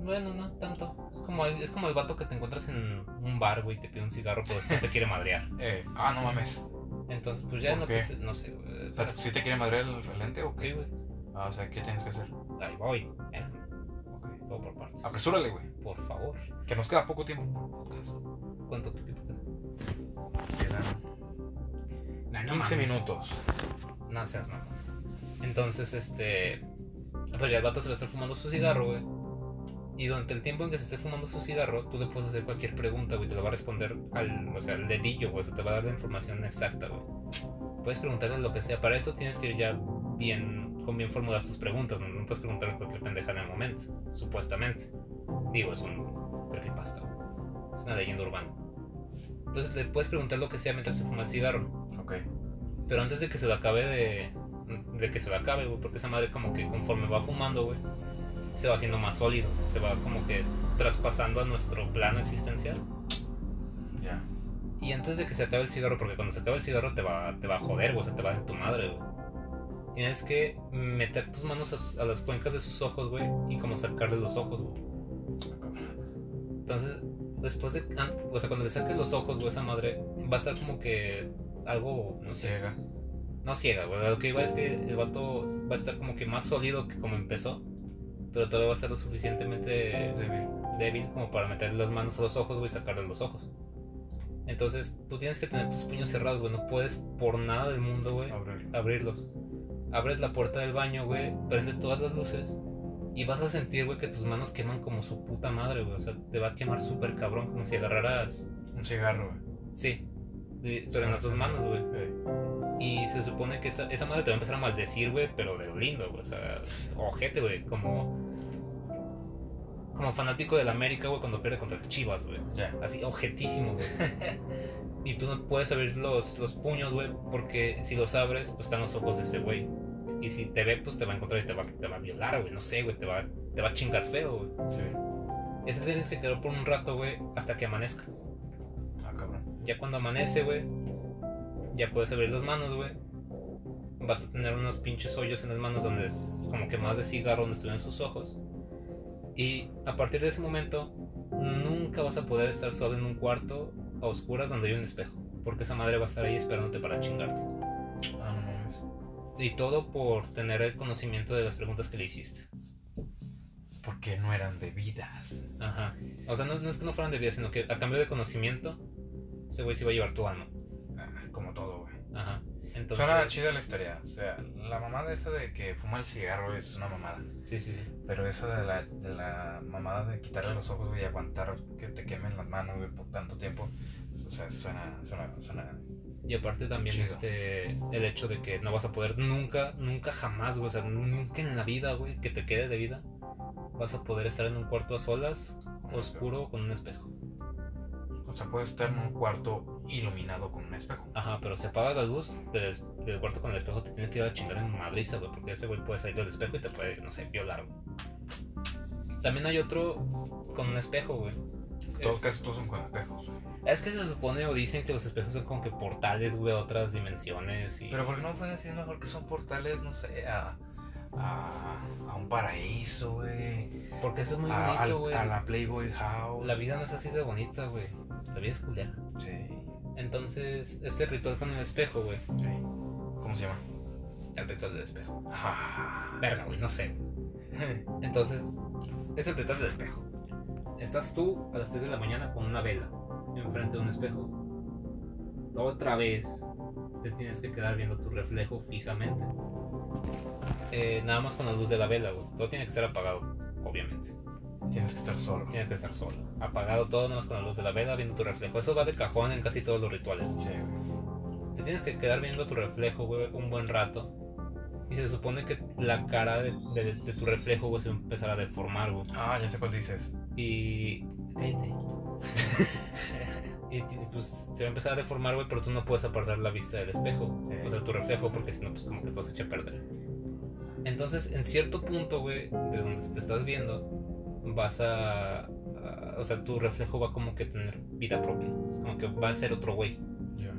[SPEAKER 2] Bueno, no tanto. Es como, el, es como el vato que te encuentras en un bar, güey, y te pide un cigarro, pero después te quiere madrear.
[SPEAKER 3] Eh, ah, no mames.
[SPEAKER 2] Entonces, pues ya
[SPEAKER 3] ¿Por
[SPEAKER 2] no,
[SPEAKER 3] qué?
[SPEAKER 2] sé- no sé, güey. eh,
[SPEAKER 3] O sea, ¿sí te quiere madrear el frente o qué?
[SPEAKER 2] Sí, güey.
[SPEAKER 3] Ah, o sea, ¿qué tienes que hacer?
[SPEAKER 2] Ahí voy. Ven,
[SPEAKER 3] Ok.
[SPEAKER 2] Todo por partes.
[SPEAKER 3] Apresúrale, güey.
[SPEAKER 2] Por favor.
[SPEAKER 3] Que nos queda poco tiempo por podcast.
[SPEAKER 2] ¿Cuánto tiempo queda?
[SPEAKER 3] Quedan
[SPEAKER 2] no
[SPEAKER 3] 15
[SPEAKER 2] mames.
[SPEAKER 3] minutos.
[SPEAKER 2] No seas mamón. Entonces, este. Pues ya el vato se va a estar fumando su cigarro, güey. Y durante el tiempo en que se esté fumando su cigarro, tú le puedes hacer cualquier pregunta, güey. Te la va a responder al, o sea, al dedillo, güey. O sea, te va a dar la información exacta, güey. Puedes preguntarle lo que sea. Para eso tienes que ir ya bien, con bien formuladas tus preguntas. No, No puedes preguntarle cualquier pendejada en el momento, supuestamente. Digo, es un creepypasta, güey. Es una leyenda urbana. Entonces le puedes preguntar lo que sea mientras se fuma el cigarro.
[SPEAKER 3] Ok.
[SPEAKER 2] Pero antes de que se lo acabe de. De que se lo acabe, güey. Porque esa madre, como que conforme va fumando, güey. Se va haciendo más sólido. o sea, se va como que traspasando a nuestro plano existencial.
[SPEAKER 3] Ya.
[SPEAKER 2] Y antes de que se acabe el cigarro, porque cuando se acabe el cigarro te va, te va a joder, güey. O sea, te va a hacer tu madre, güey. Tienes que meter tus manos a, sus- a las cuencas de sus ojos, güey. Y como sacarle los ojos, güey. Entonces, después de. an- O sea, cuando le saques los ojos, güey, esa madre. Va a estar como que. Algo. No
[SPEAKER 3] No
[SPEAKER 2] sé.
[SPEAKER 3] ciega.
[SPEAKER 2] No ciega, güey. Lo que iba es que el vato va a estar como que más sólido que como empezó. Pero todavía va a estar lo suficientemente
[SPEAKER 3] Débil.
[SPEAKER 2] débil como para meterle las manos a los ojos, güey, y sacarle los ojos. Entonces, tú tienes que tener tus puños cerrados, güey. No puedes por nada del mundo, güey,
[SPEAKER 3] Abrirlo.
[SPEAKER 2] abrirlos. Abres la puerta del baño, güey. Prendes todas las luces. Y vas a sentir, güey, que tus manos queman como su puta madre, güey. O sea, te va a quemar súper cabrón, como si agarraras.
[SPEAKER 3] Un cigarro, güey.
[SPEAKER 2] Sí, de- pero en las dos manos, güey.
[SPEAKER 3] Eh,
[SPEAKER 2] Y se supone que esa, esa madre te va a empezar a maldecir, güey, pero de lo lindo, güey. O sea, ojete, güey. Como. Como fanático del América, güey, cuando pierde contra el Chivas, güey.
[SPEAKER 3] Ya.
[SPEAKER 2] Así, objetísimo, güey. y tú no puedes abrir los, los puños, güey, porque si los abres, pues están los ojos de ese güey. Y si te ve, pues te va a encontrar y te va, te va a violar, güey. No sé, güey, te va, te va a chingar feo, güey.
[SPEAKER 3] Sí.
[SPEAKER 2] Ese tienes que quedar por un rato, güey, hasta que amanezca.
[SPEAKER 3] Ah, cabrón.
[SPEAKER 2] Ya cuando amanece, güey, ya puedes abrir las manos, güey. Vas a tener unos pinches hoyos en las manos donde es como que más de cigarro donde estuvieron sus ojos. Y a partir de ese momento, nunca vas a poder estar solo en un cuarto a oscuras donde hay un espejo. Porque esa madre va a estar ahí esperándote para chingarte.
[SPEAKER 3] Ah, no mames.
[SPEAKER 2] Y todo por tener el conocimiento de las preguntas que le hiciste.
[SPEAKER 3] Porque no eran debidas.
[SPEAKER 2] Ajá. O sea, no, no es que no fueran de vida, sino que a cambio de conocimiento, ese güey se va a llevar tu alma.
[SPEAKER 3] Ah, como todo, güey.
[SPEAKER 2] Ajá. Entonces.
[SPEAKER 3] Suena chida la historia. O sea, la mamada esa de que fuma el cigarro es una mamada.
[SPEAKER 2] Sí, sí, sí.
[SPEAKER 3] Pero eso de la, de la mamada de quitarle los ojos, güey, y aguantar que te quemen las manos, güey, por tanto tiempo. O sea, suena, suena, suena.
[SPEAKER 2] Y aparte también
[SPEAKER 3] Chido.
[SPEAKER 2] este el hecho de que no vas a poder nunca, nunca jamás, güey, o sea, nunca en la vida, güey, que te quede de vida, vas a poder estar en un cuarto a solas,
[SPEAKER 3] Ah,
[SPEAKER 2] oscuro, con un espejo.
[SPEAKER 3] O sea, puedes estar en un cuarto iluminado con un espejo.
[SPEAKER 2] Ajá, pero se apaga la luz del, del cuarto con el espejo, te tienes que ir a la chingada en madriza, güey, porque ese güey puede salir del espejo y te puede, no sé, violar, güey. También hay otro con un espejo, güey.
[SPEAKER 3] Todos,
[SPEAKER 2] Es-
[SPEAKER 3] casi todos son con espejos. güey.
[SPEAKER 2] Es que se supone o dicen que los espejos son como que portales, güey, a otras dimensiones y...
[SPEAKER 3] Pero ¿por qué no pueden decir mejor que son portales, no sé, a, a, a un paraíso, güey?
[SPEAKER 2] porque eso es muy
[SPEAKER 3] A, al-
[SPEAKER 2] bonito, güey.
[SPEAKER 3] a la Playboy House.
[SPEAKER 2] La vida no es así de bonita, güey. La vida es culera.
[SPEAKER 3] Sí.
[SPEAKER 2] Entonces, este ritual con el espejo, güey.
[SPEAKER 3] sí. ¿Cómo se llama?
[SPEAKER 2] El ritual del espejo.
[SPEAKER 3] Ah.
[SPEAKER 2] Verga, güey, no sé. Entonces, es el ritual del espejo. Estás tú a las 3 de la mañana con una vela enfrente de un espejo. Otra vez te tienes que quedar viendo tu reflejo fijamente. Eh, nada más con la luz de la vela, güey. Todo tiene que estar apagado, obviamente.
[SPEAKER 3] Tienes que estar solo.
[SPEAKER 2] Tienes que estar solo. Apagado todo, nada más con la luz de la vela, viendo tu reflejo. Eso va de cajón en casi todos los rituales.
[SPEAKER 3] Sí, güey.
[SPEAKER 2] Te tienes que quedar viendo tu reflejo, güey, un buen rato. Y se supone que la cara de, de- de tu reflejo, güey, se va a empezar a deformar, güey.
[SPEAKER 3] Ah, ya sé cuál dices.
[SPEAKER 2] Y. Cállate. y ti- pues se va a empezar a deformar, güey, pero tú no puedes apartar la vista del espejo.
[SPEAKER 3] Eh.
[SPEAKER 2] O sea, tu reflejo, porque si no, pues como que todo se echa a perder. Entonces, en cierto punto, güey, de donde te estás viendo, vas a. a- o sea, tu reflejo va como que a tener vida propia. Es como que va a ser otro güey.
[SPEAKER 3] Ya.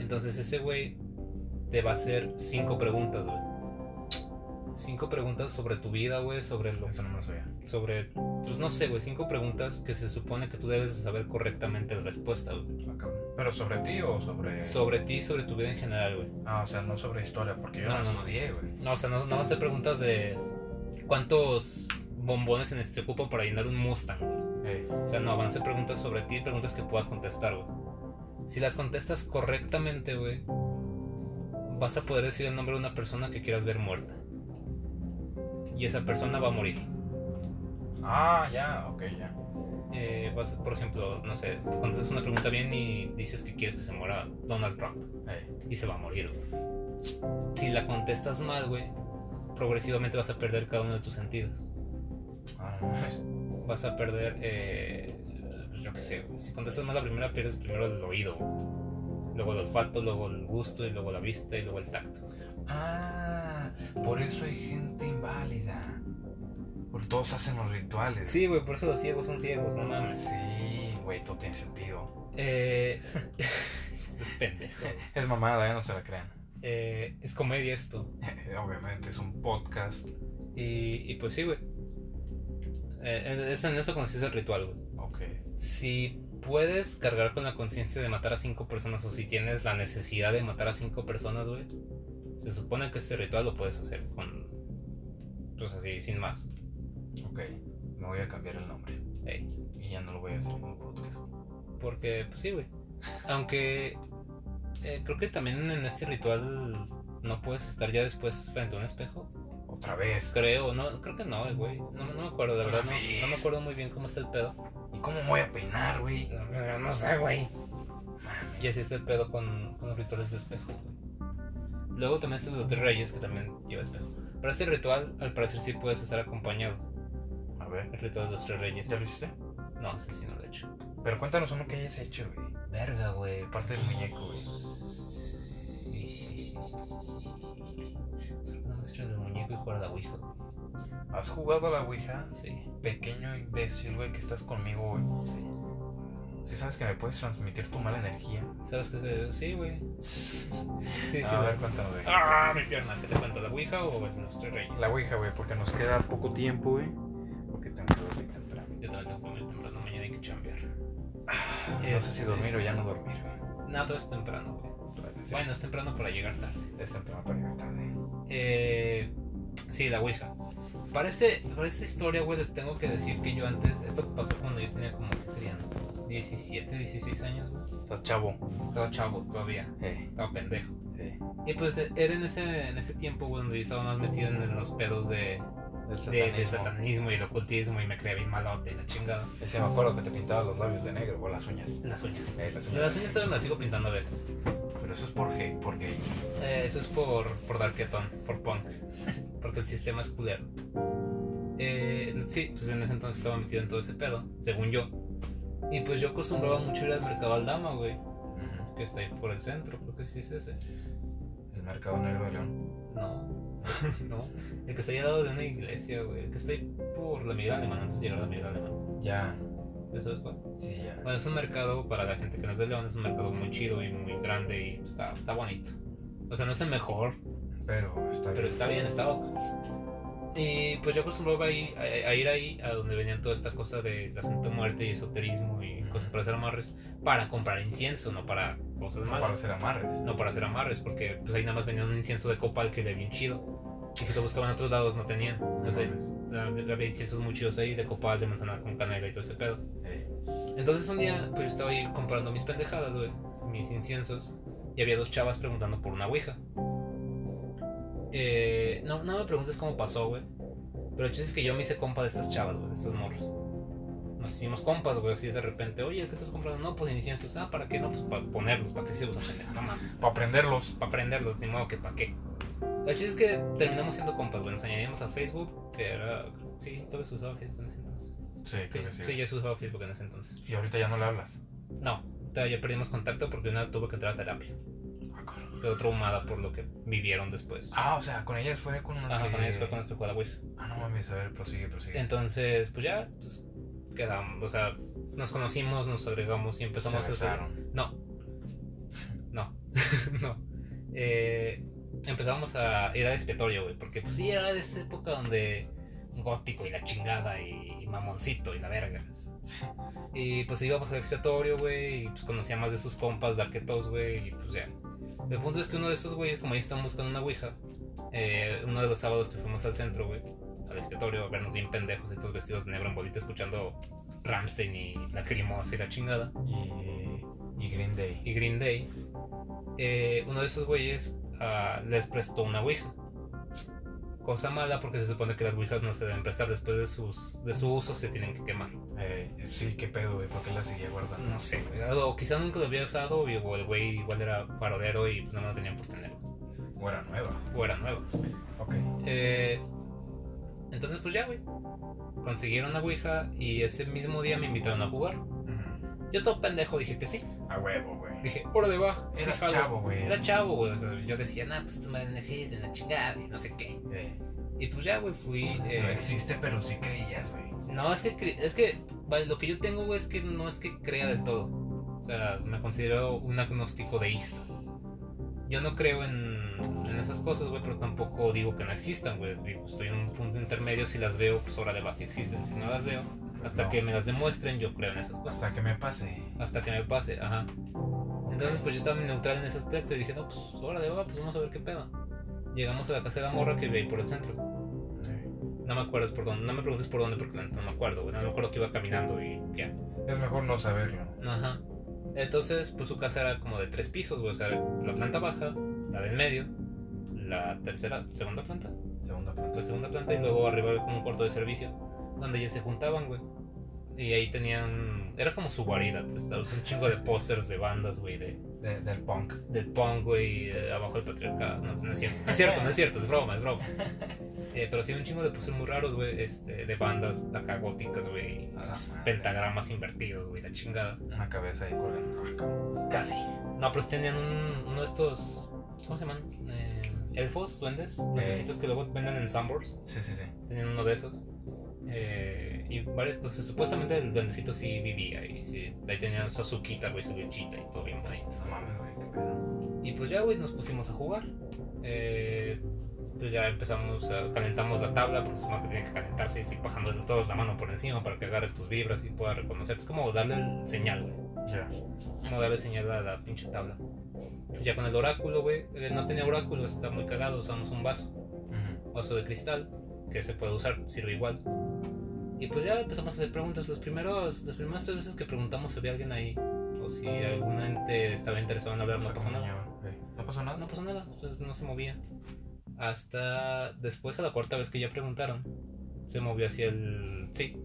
[SPEAKER 2] Entonces ese güey te va a hacer cinco preguntas, güey. Cinco preguntas sobre tu vida, güey, sobre lo
[SPEAKER 3] Eso no me lo sabía.
[SPEAKER 2] sobre pues no sé, güey, cinco preguntas que se supone que tú debes de saber correctamente la respuesta, güey.
[SPEAKER 3] ¿Pero sobre ti o sobre.?
[SPEAKER 2] Sobre ti, y sobre tu vida en general, güey.
[SPEAKER 3] Ah, o sea, no sobre historia, porque yo
[SPEAKER 2] No,
[SPEAKER 3] no,
[SPEAKER 2] no, no.
[SPEAKER 3] estudié, güey.
[SPEAKER 2] No, o sea, no, no vas a hacer preguntas de cuántos bombones se neces- se ocupan para llenar un Mustang, güey.
[SPEAKER 3] Ey,
[SPEAKER 2] O sea, no, van a ser preguntas sobre ti, preguntas que puedas contestar, güey. Si las contestas correctamente, güey, vas a poder decir el nombre de una persona que quieras ver muerta. Y esa persona va a morir.
[SPEAKER 3] Ah, ya, ok, ya.
[SPEAKER 2] Eh, vas, por ejemplo, no sé, te contestas una pregunta bien y dices que quieres que se muera Donald Trump
[SPEAKER 3] Ey,
[SPEAKER 2] y se va a morir, güey. Si la contestas mal, güey, progresivamente vas a perder cada uno de tus sentidos.
[SPEAKER 3] ah, no mames.
[SPEAKER 2] Vas a perder, eh, yo qué sé, güey. si contestas mal la primera, pierdes primero el oído, güey. luego el olfato, luego el gusto, y luego la vista, y luego el tacto.
[SPEAKER 3] Ah, por eso hay gente inválida. Por todos hacen los rituales.
[SPEAKER 2] Sí, güey, por eso los ciegos son ciegos, no mames.
[SPEAKER 3] Sí, güey, todo tiene sentido.
[SPEAKER 2] Eh, es pendejo.
[SPEAKER 3] Es mamada, ¿eh? No se la crean.
[SPEAKER 2] Eh, es comedia esto.
[SPEAKER 3] Obviamente, es un podcast.
[SPEAKER 2] Y, y pues sí, güey. Eh, en eso, en eso consiste el ritual, güey.
[SPEAKER 3] Ok.
[SPEAKER 2] Si puedes cargar con la conciencia de matar a cinco personas o si tienes la necesidad de matar a cinco personas, güey, se supone que este ritual lo puedes hacer con. Pues así, sin más.
[SPEAKER 3] Ok. Me voy a cambiar el nombre.
[SPEAKER 2] Ey.
[SPEAKER 3] Y ya no lo voy a hacer en un podcast.
[SPEAKER 2] Porque, pues sí, güey. Aunque. eh, creo que también en este ritual no puedes estar ya después frente a un espejo.
[SPEAKER 3] Otra vez.
[SPEAKER 2] Creo, no, creo que no, güey. No, no me acuerdo, la
[SPEAKER 3] Otra
[SPEAKER 2] verdad. No, no me
[SPEAKER 3] vez.
[SPEAKER 2] acuerdo muy bien cómo está el pedo.
[SPEAKER 3] ¿Y cómo me voy a peinar, güey?
[SPEAKER 2] No, no sé, güey.
[SPEAKER 3] Mames.
[SPEAKER 2] Y así está el pedo con, con los rituales de espejo, güey. Luego también está el de los tres reyes, que también lleva espejo. Para este ritual, al parecer sí puedes estar acompañado.
[SPEAKER 3] A ver.
[SPEAKER 2] El ritual de los tres reyes.
[SPEAKER 3] ¿Ya lo hiciste?
[SPEAKER 2] No, sí, sí, no lo he hecho.
[SPEAKER 3] Pero cuéntanos uno que hayas hecho, güey.
[SPEAKER 2] Verga, güey.
[SPEAKER 3] Parte del muñeco, güey.
[SPEAKER 2] Sí, sí, sí, sí, sí, sí, sí. Solo que no hemos hecho el del muñeco y jugar a la Ouija. güey.
[SPEAKER 3] ¿Has jugado a la Ouija?
[SPEAKER 2] Sí,
[SPEAKER 3] Pequeño imbécil, güey, que estás conmigo, güey.
[SPEAKER 2] sí.
[SPEAKER 3] Si sabes que me puedes transmitir tu mala energía.
[SPEAKER 2] ¿Sabes qué se Sí, güey. Sí, sí,
[SPEAKER 3] a
[SPEAKER 2] lo
[SPEAKER 3] ver,
[SPEAKER 2] sé.
[SPEAKER 3] cuéntame, güey.
[SPEAKER 2] Ah, mi pierna. ¿Qué te cuento? ¿La Ouija o el de los tres reyes?
[SPEAKER 3] La Ouija, güey, porque nos queda poco tiempo, güey. Porque tengo que dormir temprano.
[SPEAKER 2] Yo también tengo que comer temprano. Mañana hay que chambear.
[SPEAKER 3] Ah, no sé
[SPEAKER 2] Este-
[SPEAKER 3] si dormir o ya no dormir, güey.
[SPEAKER 2] No, todo es temprano, güey.
[SPEAKER 3] Todavía sí.
[SPEAKER 2] Bueno, es temprano para llegar tarde.
[SPEAKER 3] Es temprano para llegar tarde.
[SPEAKER 2] Eh, sí, la Ouija. Para, este, para esta historia, güey, les tengo que decir que yo antes, esto pasó cuando yo tenía como que serían 17, 16 años, güey.
[SPEAKER 3] Estás chavo.
[SPEAKER 2] Estaba chavo todavía,
[SPEAKER 3] Eh,
[SPEAKER 2] estaba pendejo.
[SPEAKER 3] eh.
[SPEAKER 2] Y pues eh, era en ese, en ese tiempo, güey, donde yo estaba más metido en los pedos de,
[SPEAKER 3] Del
[SPEAKER 2] de- del
[SPEAKER 3] satanismo.
[SPEAKER 2] satanismo y el ocultismo y me creía bien malote y la chingada.
[SPEAKER 3] Ese me acuerdo que te pintabas los labios de negro o las uñas.
[SPEAKER 2] Las uñas.
[SPEAKER 3] Eh, las uñas.
[SPEAKER 2] Las uñas todavía me las sigo pintando a veces.
[SPEAKER 3] Pero eso es por gay, por gay.
[SPEAKER 2] Eh, eso es por, por darketón, por punk. Porque el sistema es culero. Eh, sí, pues en ese entonces estaba metido en todo ese pedo, según yo. Y pues yo acostumbraba mucho ir al mercado Aldama, güey,
[SPEAKER 3] Ujú.
[SPEAKER 2] que está ahí por el centro, creo que sí es ese.
[SPEAKER 3] El mercado negro de León.
[SPEAKER 2] No, no. El que está ahí al lado de una iglesia, güey. El que está ahí por la Miguel Alemana, antes de llegar a la Miguel Alemana.
[SPEAKER 3] Ya.
[SPEAKER 2] ¿Ya sabes cuál?
[SPEAKER 3] Sí, ya.
[SPEAKER 2] Bueno, es un mercado para la gente que no es de León, es un mercado muy chido y muy grande y está, está bonito. O sea, no es el mejor,
[SPEAKER 3] Pero está
[SPEAKER 2] Pero
[SPEAKER 3] bien.
[SPEAKER 2] está bien, está ok. Y pues yo acostumbraba ahí- a, a ir ahí, a donde venían toda esta cosa de la Santa Muerte y esoterismo y cosas para hacer amarres, para comprar incienso, no para cosas
[SPEAKER 3] No para
[SPEAKER 2] malas.
[SPEAKER 3] hacer amarres.
[SPEAKER 2] No para hacer amarres, porque pues ahí nada más venían un incienso de copal que era bien chido. Y si lo buscaban en otros lados no tenían. Entonces había había inciensos muy chidos ahí de copal, de manzana con canela y todo ese pedo.
[SPEAKER 3] Eh,
[SPEAKER 2] Entonces un día pues yo estaba ahí comprando mis pendejadas, güey, mis inciensos, y había dos chavas preguntando por una ouija. Eh, no, no me preguntes cómo pasó, güey. Pero el chiste es que yo me hice compa de estas chavas, güey, de estos morros. Nos hicimos compas, güey, así de repente, oye, ¿qué estás comprando? No, pues inciensos. Ah, ¿para qué? No, pues para ponerlos, ¿para qué se usan? pendejo? No mames,
[SPEAKER 3] Para aprenderlos.
[SPEAKER 2] para prenderlos, ni modo que para qué. El chiste es que terminamos siendo compas, güey, nos añadimos a Facebook, que era... Sí, todavía se usaba Facebook en ese entonces.
[SPEAKER 3] Sí, creo que
[SPEAKER 2] Sí,
[SPEAKER 3] sí.
[SPEAKER 2] sí, ya se usaba Facebook en ese entonces.
[SPEAKER 3] Y ahorita ya no le hablas.
[SPEAKER 2] No, ta- ya perdimos contacto porque una tuvo que entrar a terapia.
[SPEAKER 3] Ah, cabrón.
[SPEAKER 2] Quedó traumada por lo que vivieron después.
[SPEAKER 3] Ah, o sea, con ellas fue con unos
[SPEAKER 2] Ajá,
[SPEAKER 3] que-
[SPEAKER 2] con ellos fue con los que jugó la Ouija.
[SPEAKER 3] Ah, no mames, a ver, prosigue, prosigue.
[SPEAKER 2] Entonces, pues ya, pues, quedamos, o sea, nos conocimos, nos agregamos y
[SPEAKER 3] Se
[SPEAKER 2] empezamos a hacer...
[SPEAKER 3] besaron.
[SPEAKER 2] No, no, no. Eh, empezamos a ir a expiatorio, güey, porque pues sí, era de esta época donde gótico y la chingada y, y mamoncito y la verga. Y pues íbamos al expiatorio, güey, y pues conocía más de sus compas, darketos, güey, y pues ya. El punto es que uno de esos güeyes, como ahí están buscando una ouija, eh, uno de los sábados que fuimos al centro, güey, al expiatorio, a vernos bien pendejos, estos vestidos de negro en bolita, escuchando Ramstein y la y la chingada
[SPEAKER 3] Y, y Green Day.
[SPEAKER 2] y Green Day, eh, uno de esos güeyes ah, les prestó una Ouija. Cosa mala porque se supone que las Ouijas no se deben prestar después de, sus, de su uso, se tienen que quemar.
[SPEAKER 3] Eh, sí, qué pedo, güey, ¿por qué la seguía guardando?
[SPEAKER 2] No sé, güey, o quizá nunca lo había usado, o el güey igual era farodero y pues no lo tenían por tener,
[SPEAKER 3] O era nueva.
[SPEAKER 2] o era nuevo.
[SPEAKER 3] Ok.
[SPEAKER 2] Eh, entonces, pues ya, güey. Consiguieron la Ouija y ese mismo día me invitaron a jugar.
[SPEAKER 3] Ujú.
[SPEAKER 2] Yo todo pendejo dije que sí.
[SPEAKER 3] A huevo, güey.
[SPEAKER 2] Dije, órale va,
[SPEAKER 3] Era
[SPEAKER 2] sí jalo".
[SPEAKER 3] chavo, güey.
[SPEAKER 2] Era chavo, güey. O sea, yo decía, nah, pues tú madres no existen, la chingada, y no sé qué.
[SPEAKER 3] Eh,
[SPEAKER 2] Y pues ya, güey, fui. eh,
[SPEAKER 3] no existe, pero sí creías, güey.
[SPEAKER 2] no, es que, cre- es que vale, lo que yo tengo, güey, es que no es que crea del todo. O sea, me considero un agnóstico deísta. Yo no creo en, en esas cosas, güey, pero tampoco digo que no existan, güey. Digo, Estoy en un punto intermedio, si las veo, pues órale va, si existen, si no las veo.
[SPEAKER 3] Pues
[SPEAKER 2] Hasta
[SPEAKER 3] no.
[SPEAKER 2] que me las demuestren, yo creo en esas cosas.
[SPEAKER 3] Hasta que me pase.
[SPEAKER 2] hasta que me pase, ajá. Entonces, pues yo estaba neutral en ese aspecto y dije, no, pues ahora de va, pues vamos a ver qué pedo. Llegamos a la casa de la morra que vive ahí por el centro. pues,
[SPEAKER 3] Eh,
[SPEAKER 2] No me acuerdas por dónde, no me preguntes por dónde porque la neta no me acuerdo, güey. No me acuerdo que iba caminando y ya.
[SPEAKER 3] Es mejor no saberlo.
[SPEAKER 2] Ajá. Entonces, pues su casa era como de tres pisos, güey. O sea, la planta baja, la del medio, la tercera, segunda planta,
[SPEAKER 3] Segunda
[SPEAKER 2] la
[SPEAKER 3] pregunta.
[SPEAKER 2] segunda planta y luego arriba había como un cuarto de servicio donde ellos se juntaban, güey. Y ahí tenían, era como su guarida, estaba un chingo de pósters de bandas, güey, de
[SPEAKER 3] De- del punk.
[SPEAKER 2] del punk, güey, eh, abajo del patriarcado. No, no es cierto, no es cierto, no es cierto, es broma, es broma. Eh, pero sí, un chingo de puzzles muy raros, güey, este, de bandas acá góticas, güey,
[SPEAKER 3] Ah,
[SPEAKER 2] los
[SPEAKER 3] madre.
[SPEAKER 2] pentagramas invertidos, güey, la chingada.
[SPEAKER 3] Una cabeza ahí colgando. Ah, cabrón.
[SPEAKER 2] Casi. No, pero tenían un- uno de estos, ¿cómo se llaman? Eh, elfos, duendes, duendecitos que luego venden en Sambors.
[SPEAKER 3] Sí, sí, sí.
[SPEAKER 2] Tenían uno de esos. Eh, y varios, entonces supuestamente el duendecito sí vivía y sí, ahí tenían su azuquita, güey, su lechita y todo bien bonito.
[SPEAKER 3] No mames, güey, qué pedo.
[SPEAKER 2] Y pues ya, güey, nos pusimos a jugar. Eh, pues ya empezamos, a, calentamos la tabla, porque supongo que tiene que calentarse y pasando de todos la mano por encima para que agarre tus vibras y pueda reconocer. Es como darle el señal, güey.
[SPEAKER 3] Ya.
[SPEAKER 2] Como darle señal a la pinche tabla. Ya con el oráculo, güey. eh, no tenía oráculo, está muy cagado. Usamos un vaso,
[SPEAKER 3] Ujú.
[SPEAKER 2] vaso de cristal, que se puede usar, sirve igual. Y pues ya empezamos a hacer preguntas. Los primeros, las primeras tres veces que preguntamos si había alguien ahí o si algún ente estaba interesado en hablar, no
[SPEAKER 3] Fue
[SPEAKER 2] pasó
[SPEAKER 3] como
[SPEAKER 2] nada.
[SPEAKER 3] yo, eh, ¿No pasó nada?
[SPEAKER 2] Ah, No pasó nada, o sea, no se movía. Hasta después, a la cuarta vez que ya preguntaron, se movió hacia el sí.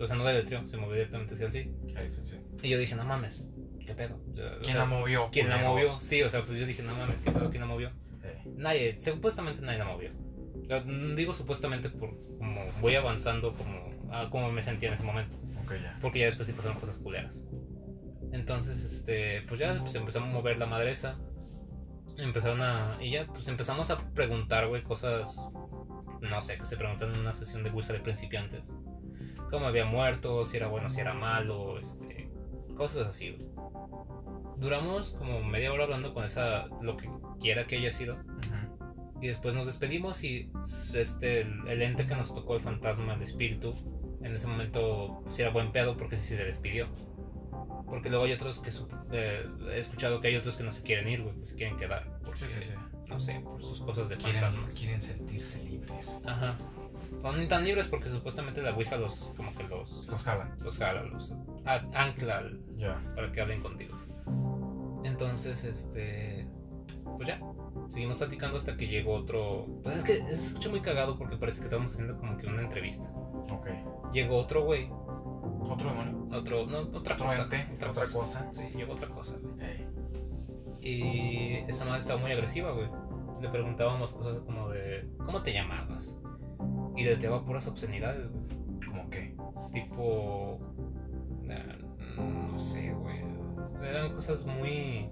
[SPEAKER 2] O sea, no deletreó, se movió directamente hacia el sí.
[SPEAKER 3] Ahí sí, sí.
[SPEAKER 2] Y yo dije, no mames, ¿qué pedo? O sea, o
[SPEAKER 3] ¿Quién
[SPEAKER 2] sea,
[SPEAKER 3] la movió?
[SPEAKER 2] ¿Quién la
[SPEAKER 3] culeros?
[SPEAKER 2] movió? Sí, o sea, pues yo dije, no mames, ¿qué pedo? ¿Quién la movió?
[SPEAKER 3] Eh,
[SPEAKER 2] Nadie, supuestamente nadie la movió. O sea, mm, Digo supuestamente por como voy avanzando como, a como me sentía en ese momento.
[SPEAKER 3] ok, ya.
[SPEAKER 2] Porque ya después sí pasaron cosas culeras. Entonces, este, pues ya se empezamos a mover la madresa. Empezaron a. Y ya, pues empezamos a preguntar, güey, cosas. No sé, que se preguntan en una sesión de Ouija de principiantes. Cómo había muerto, si era bueno, si era malo, este. Cosas así, güey. Duramos como media hora hablando con esa. Lo que quiera que haya sido.
[SPEAKER 3] Ujú.
[SPEAKER 2] Y después nos despedimos y este, el, el ente que nos tocó, el fantasma, el espíritu, en ese momento sí era buen pedo porque sí, sí se despidió. Porque luego hay otros que sup- eh, he escuchado que hay otros que no se quieren ir, güey, que se quieren quedar. Porque,
[SPEAKER 3] Sí, sí, sí.
[SPEAKER 2] No sé, por sus cosas de
[SPEAKER 3] Quieren,
[SPEAKER 2] fantasmas.
[SPEAKER 3] quieren sentirse libres.
[SPEAKER 2] Ajá. No ni tan libres porque supuestamente la Ouija los, como que los,
[SPEAKER 3] Los jalan.
[SPEAKER 2] los jala, los a- ancla al-
[SPEAKER 3] Ya.
[SPEAKER 2] para que hablen contigo. Entonces, este. Pues ya. Seguimos platicando hasta que llegó otro. Pues es que se escucha muy cagado porque parece que estábamos haciendo como que una entrevista.
[SPEAKER 3] Ok.
[SPEAKER 2] Llegó otro güey,
[SPEAKER 3] Otro demonio.
[SPEAKER 2] otro. No, otra
[SPEAKER 3] Otro
[SPEAKER 2] cosa.
[SPEAKER 3] ente. Otra, cosa.
[SPEAKER 2] Sí, llegó otra cosa, güey.
[SPEAKER 3] Eh,
[SPEAKER 2] Y esa madre estaba muy agresiva, güey. Le preguntábamos cosas como de. ¿Cómo te llamabas? Y le tiraba puras obscenidades, güey.
[SPEAKER 3] ¿Cómo qué?
[SPEAKER 2] tipo na- no sé güey eran cosas muy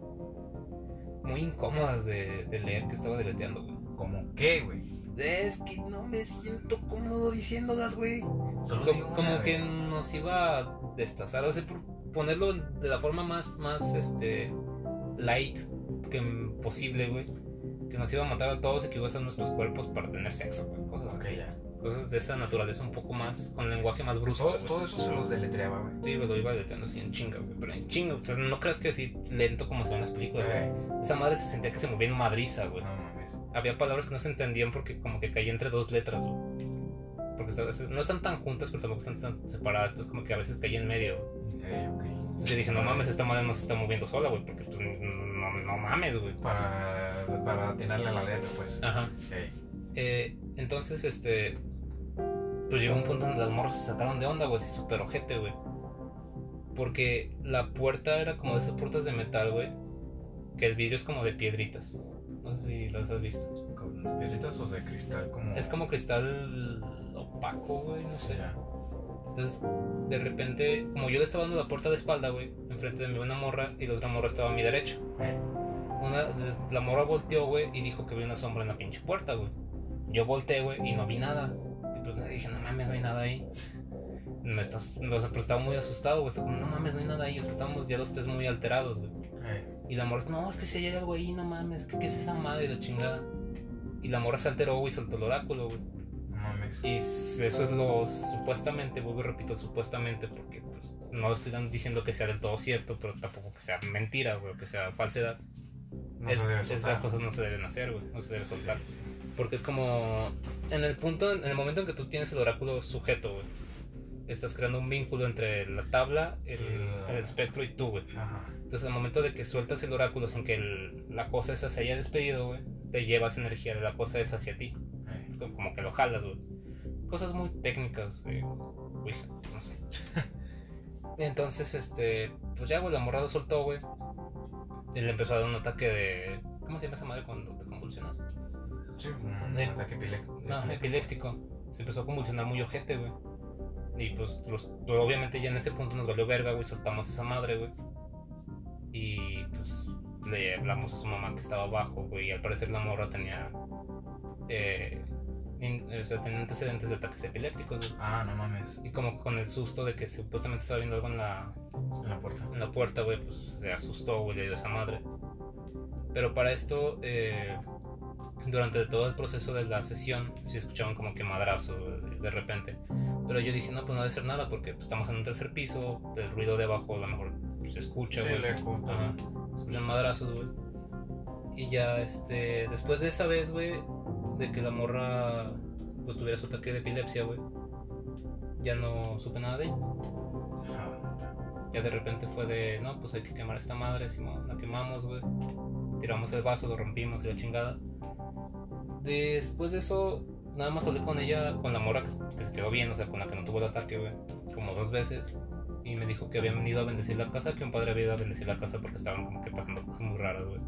[SPEAKER 2] muy incómodas de, de leer que estaba deleteando güey
[SPEAKER 3] ¿Cómo qué, güey?
[SPEAKER 2] es que no me siento cómodo diciéndolas güey
[SPEAKER 3] Solo digo
[SPEAKER 2] como,
[SPEAKER 3] una,
[SPEAKER 2] como
[SPEAKER 3] güey.
[SPEAKER 2] que nos iba a destazar o sea por ponerlo de la forma más más este light que posible güey que nos iba a matar a todos y que iba a ser nuestros cuerpos para tener sexo güey cosas
[SPEAKER 3] Ok,
[SPEAKER 2] así.
[SPEAKER 3] ya.
[SPEAKER 2] cosas de esa naturaleza un poco más con lenguaje más brusco
[SPEAKER 3] Todo,
[SPEAKER 2] güey.
[SPEAKER 3] todo eso se los deletreaba, güey.
[SPEAKER 2] Sí, güey, lo iba deletreando así en chinga, güey. Pero en chinga, o sea, no creas que así lento como son las películas, güey.
[SPEAKER 3] Eh,
[SPEAKER 2] Esa madre se sentía que se movía en madriza, güey.
[SPEAKER 3] No mames.
[SPEAKER 2] Había palabras que no se entendían porque como que caía entre dos letras, güey. Porque esta- no están tan juntas, pero tampoco están tan separadas. Entonces, como que a veces caía en medio. güey.
[SPEAKER 3] Eh, ok.
[SPEAKER 2] Entonces, yo dije, no mames, esta madre no se está moviendo sola, güey, porque pues no no mames, güey.
[SPEAKER 3] Para, para atinarle a la letra, pues.
[SPEAKER 2] Ajá.
[SPEAKER 3] Ey.
[SPEAKER 2] Eh, entonces, este. Pues llegó un punto donde las morras se sacaron de onda, güey. Así súper ojete, güey. Porque la puerta era como de esas puertas de metal, güey. Que el vidrio es como de piedritas. No sé si las has visto.
[SPEAKER 3] ¿Con piedritas o de cristal? Como...
[SPEAKER 2] Es como cristal opaco, güey. No sé.
[SPEAKER 3] Ya.
[SPEAKER 2] Entonces, de repente, como yo le estaba dando la puerta de espalda, güey. Enfrente de mí una morra y la otra morra estaba a mi derecha.
[SPEAKER 3] Eh,
[SPEAKER 2] Una, la morra volteó, güey, y dijo que vi una sombra en la pinche puerta, güey. Yo volteé, güey, y no vi nada. Y pues le dije, no mames, no hay nada ahí. Me estás, o sea, pero estaba muy asustado, güey. Estaba como, no mames, no hay nada ahí. O sea, estábamos ya los tres muy alterados, güey.
[SPEAKER 3] eh.
[SPEAKER 2] Y la morra, no, es que si hay algo ahí, no mames, ¿qué, qué es esa madre la chingada? Y la morra se alteró, güey, y soltó el oráculo, güey.
[SPEAKER 3] No mames.
[SPEAKER 2] Y s- eso es lo supuestamente, vuelvo y repito, supuestamente, porque pues, no estoy dan- diciendo que sea del todo cierto, pero tampoco que sea mentira, güey, o que sea falsedad
[SPEAKER 3] No
[SPEAKER 2] es,
[SPEAKER 3] se debe
[SPEAKER 2] es
[SPEAKER 3] soltar.
[SPEAKER 2] las cosas no se deben hacer, güey. No se deben soltar.
[SPEAKER 3] Sí,
[SPEAKER 2] Porque es como. En el punto, en el momento en que tú tienes el oráculo sujeto, güey. Estás creando un vínculo entre la tabla, el,
[SPEAKER 3] Y la-
[SPEAKER 2] el espectro y tú, güey.
[SPEAKER 3] sí. Ajá.
[SPEAKER 2] Entonces, al momento de que sueltas el oráculo sin que el- la cosa esa se haya despedido, güey, te llevas energía de la cosa esa hacia ti.
[SPEAKER 3] Eh.
[SPEAKER 2] Como- Como que lo jalas, güey. Cosas muy técnicas de Ouija, no sé. Entonces, este, pues ya, güey, la morra lo soltó, güey. Y le empezó a dar un ataque de. ¿Cómo se llama esa madre cuando te convulsionas?
[SPEAKER 3] Sí, un
[SPEAKER 2] Eh,
[SPEAKER 3] ataque epilec-
[SPEAKER 2] No, epiléptico. Se empezó a convulsionar muy ojete, güey. Y pues, los- pues, obviamente ya en ese punto nos valió verga, güey. Soltamos esa madre, güey. Y pues le hablamos a su mamá que estaba abajo, güey. Y al parecer la morra tenía. eh, in- o sea, tenía antecedentes de ataques epilépticos, güey.
[SPEAKER 3] Ah, no mames.
[SPEAKER 2] Y como con el susto de que supuestamente estaba viendo algo en la,
[SPEAKER 3] En la puerta.
[SPEAKER 2] en la puerta, güey, pues se asustó, güey, le dio esa madre. Pero para esto, eh, durante todo el proceso de la sesión, se escuchaban como que madrazos güey, de repente. Pero yo dije, no, pues no debe ser nada porque pues, estamos en un tercer piso, el ruido de abajo a lo mejor pues, se escucha,
[SPEAKER 3] Sí,
[SPEAKER 2] güey.
[SPEAKER 3] lejos.
[SPEAKER 2] Ajá. Se escuchan madrazos, güey. Y ya, este, después de esa vez, güey, de que la morra pues tuviera su ataque de epilepsia, güey, ya no supe nada de ella. Ya de repente fue de, no, pues hay que quemar esta madre, Simón, la quemamos, güey. Tiramos el vaso, lo rompimos, y la chingada. Después de eso, nada más hablé con ella, con la morra que, que se quedó bien, o sea, con la que no tuvo el ataque, güey, como dos veces. Y me dijo que habían venido a bendecir la casa, que un padre había ido a bendecir la casa porque estaban como que pasando cosas muy raras, güey.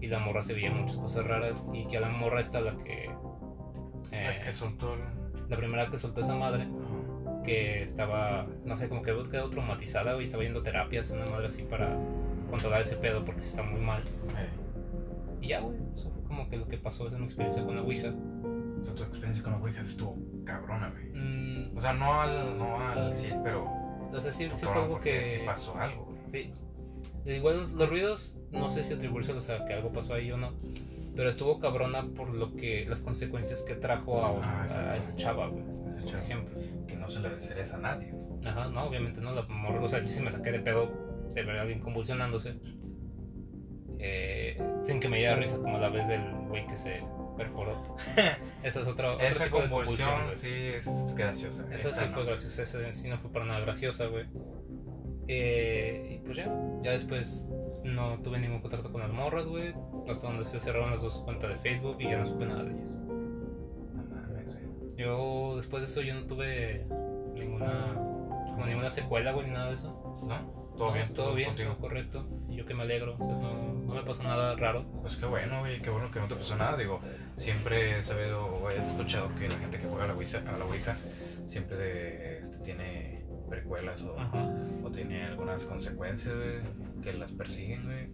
[SPEAKER 2] Y la morra se veía muchas cosas raras y que a la morra está la que... eh,
[SPEAKER 3] El que soltó el...
[SPEAKER 2] la primera que soltó esa madre
[SPEAKER 3] Ajá.
[SPEAKER 2] que estaba, no sé, como que quedó traumatizada y estaba yendo terapias, una madre así para controlar ese pedo porque está muy mal.
[SPEAKER 3] Eh.
[SPEAKER 2] Y ya, güey, eso fue como que lo que pasó es mi experiencia con la Ouija.
[SPEAKER 3] O sea, tu experiencia con la Ouija estuvo cabrona, güey.
[SPEAKER 2] Mm,
[SPEAKER 3] O sea, no al, no al 100, pero...
[SPEAKER 2] o sea, sí,
[SPEAKER 3] estuvo
[SPEAKER 2] sí fue
[SPEAKER 3] cabrón
[SPEAKER 2] algo
[SPEAKER 3] porque
[SPEAKER 2] que...
[SPEAKER 3] Sí pasó algo, güey.
[SPEAKER 2] Sí. De igual los- los ruidos, no sé si atribuírselos a que algo pasó ahí o no, pero estuvo cabrona por lo que las consecuencias que trajo a,
[SPEAKER 3] Ah, sí.
[SPEAKER 2] a esa chava, güey,
[SPEAKER 3] Ese
[SPEAKER 2] por
[SPEAKER 3] chavo
[SPEAKER 2] ejemplo.
[SPEAKER 3] Que no se le descereza a nadie, güey.
[SPEAKER 2] Ajá, no, obviamente no, la morra, o sea, yo sí me saqué de pedo de ver a alguien convulsionándose. Eh, sin que me diera risa, como la vez del güey que se perforó. Esa es otra, otro
[SPEAKER 3] Esa
[SPEAKER 2] tipo de
[SPEAKER 3] convulsión,
[SPEAKER 2] güey.
[SPEAKER 3] sí es graciosa.
[SPEAKER 2] Esa
[SPEAKER 3] Esa
[SPEAKER 2] sí
[SPEAKER 3] no.
[SPEAKER 2] fue graciosa, esa en sí no fue para nada graciosa, güey. Eh, y pues ya, ya después no tuve ningún contacto con las morras, güey. Hasta donde se cerraron las dos cuentas de Facebook y ya no supe nada de ellas.
[SPEAKER 3] No mames, güey.
[SPEAKER 2] Yo, después de eso, yo no tuve ninguna, como ninguna secuela, güey, ni nada de eso.
[SPEAKER 3] ¿No? Todo
[SPEAKER 2] No,
[SPEAKER 3] bien,
[SPEAKER 2] todo bien,
[SPEAKER 3] contigo.
[SPEAKER 2] todo correcto. Y yo que me alegro, o sea, no, no me pasó nada raro.
[SPEAKER 3] Pues qué bueno, güey, qué bueno que no te pasó nada. Digo, siempre he sabido o he escuchado que la gente que juega a la Ouija, a la ouija siempre este, tiene precuelas o, o tiene algunas consecuencias, güey, que las persiguen, güey.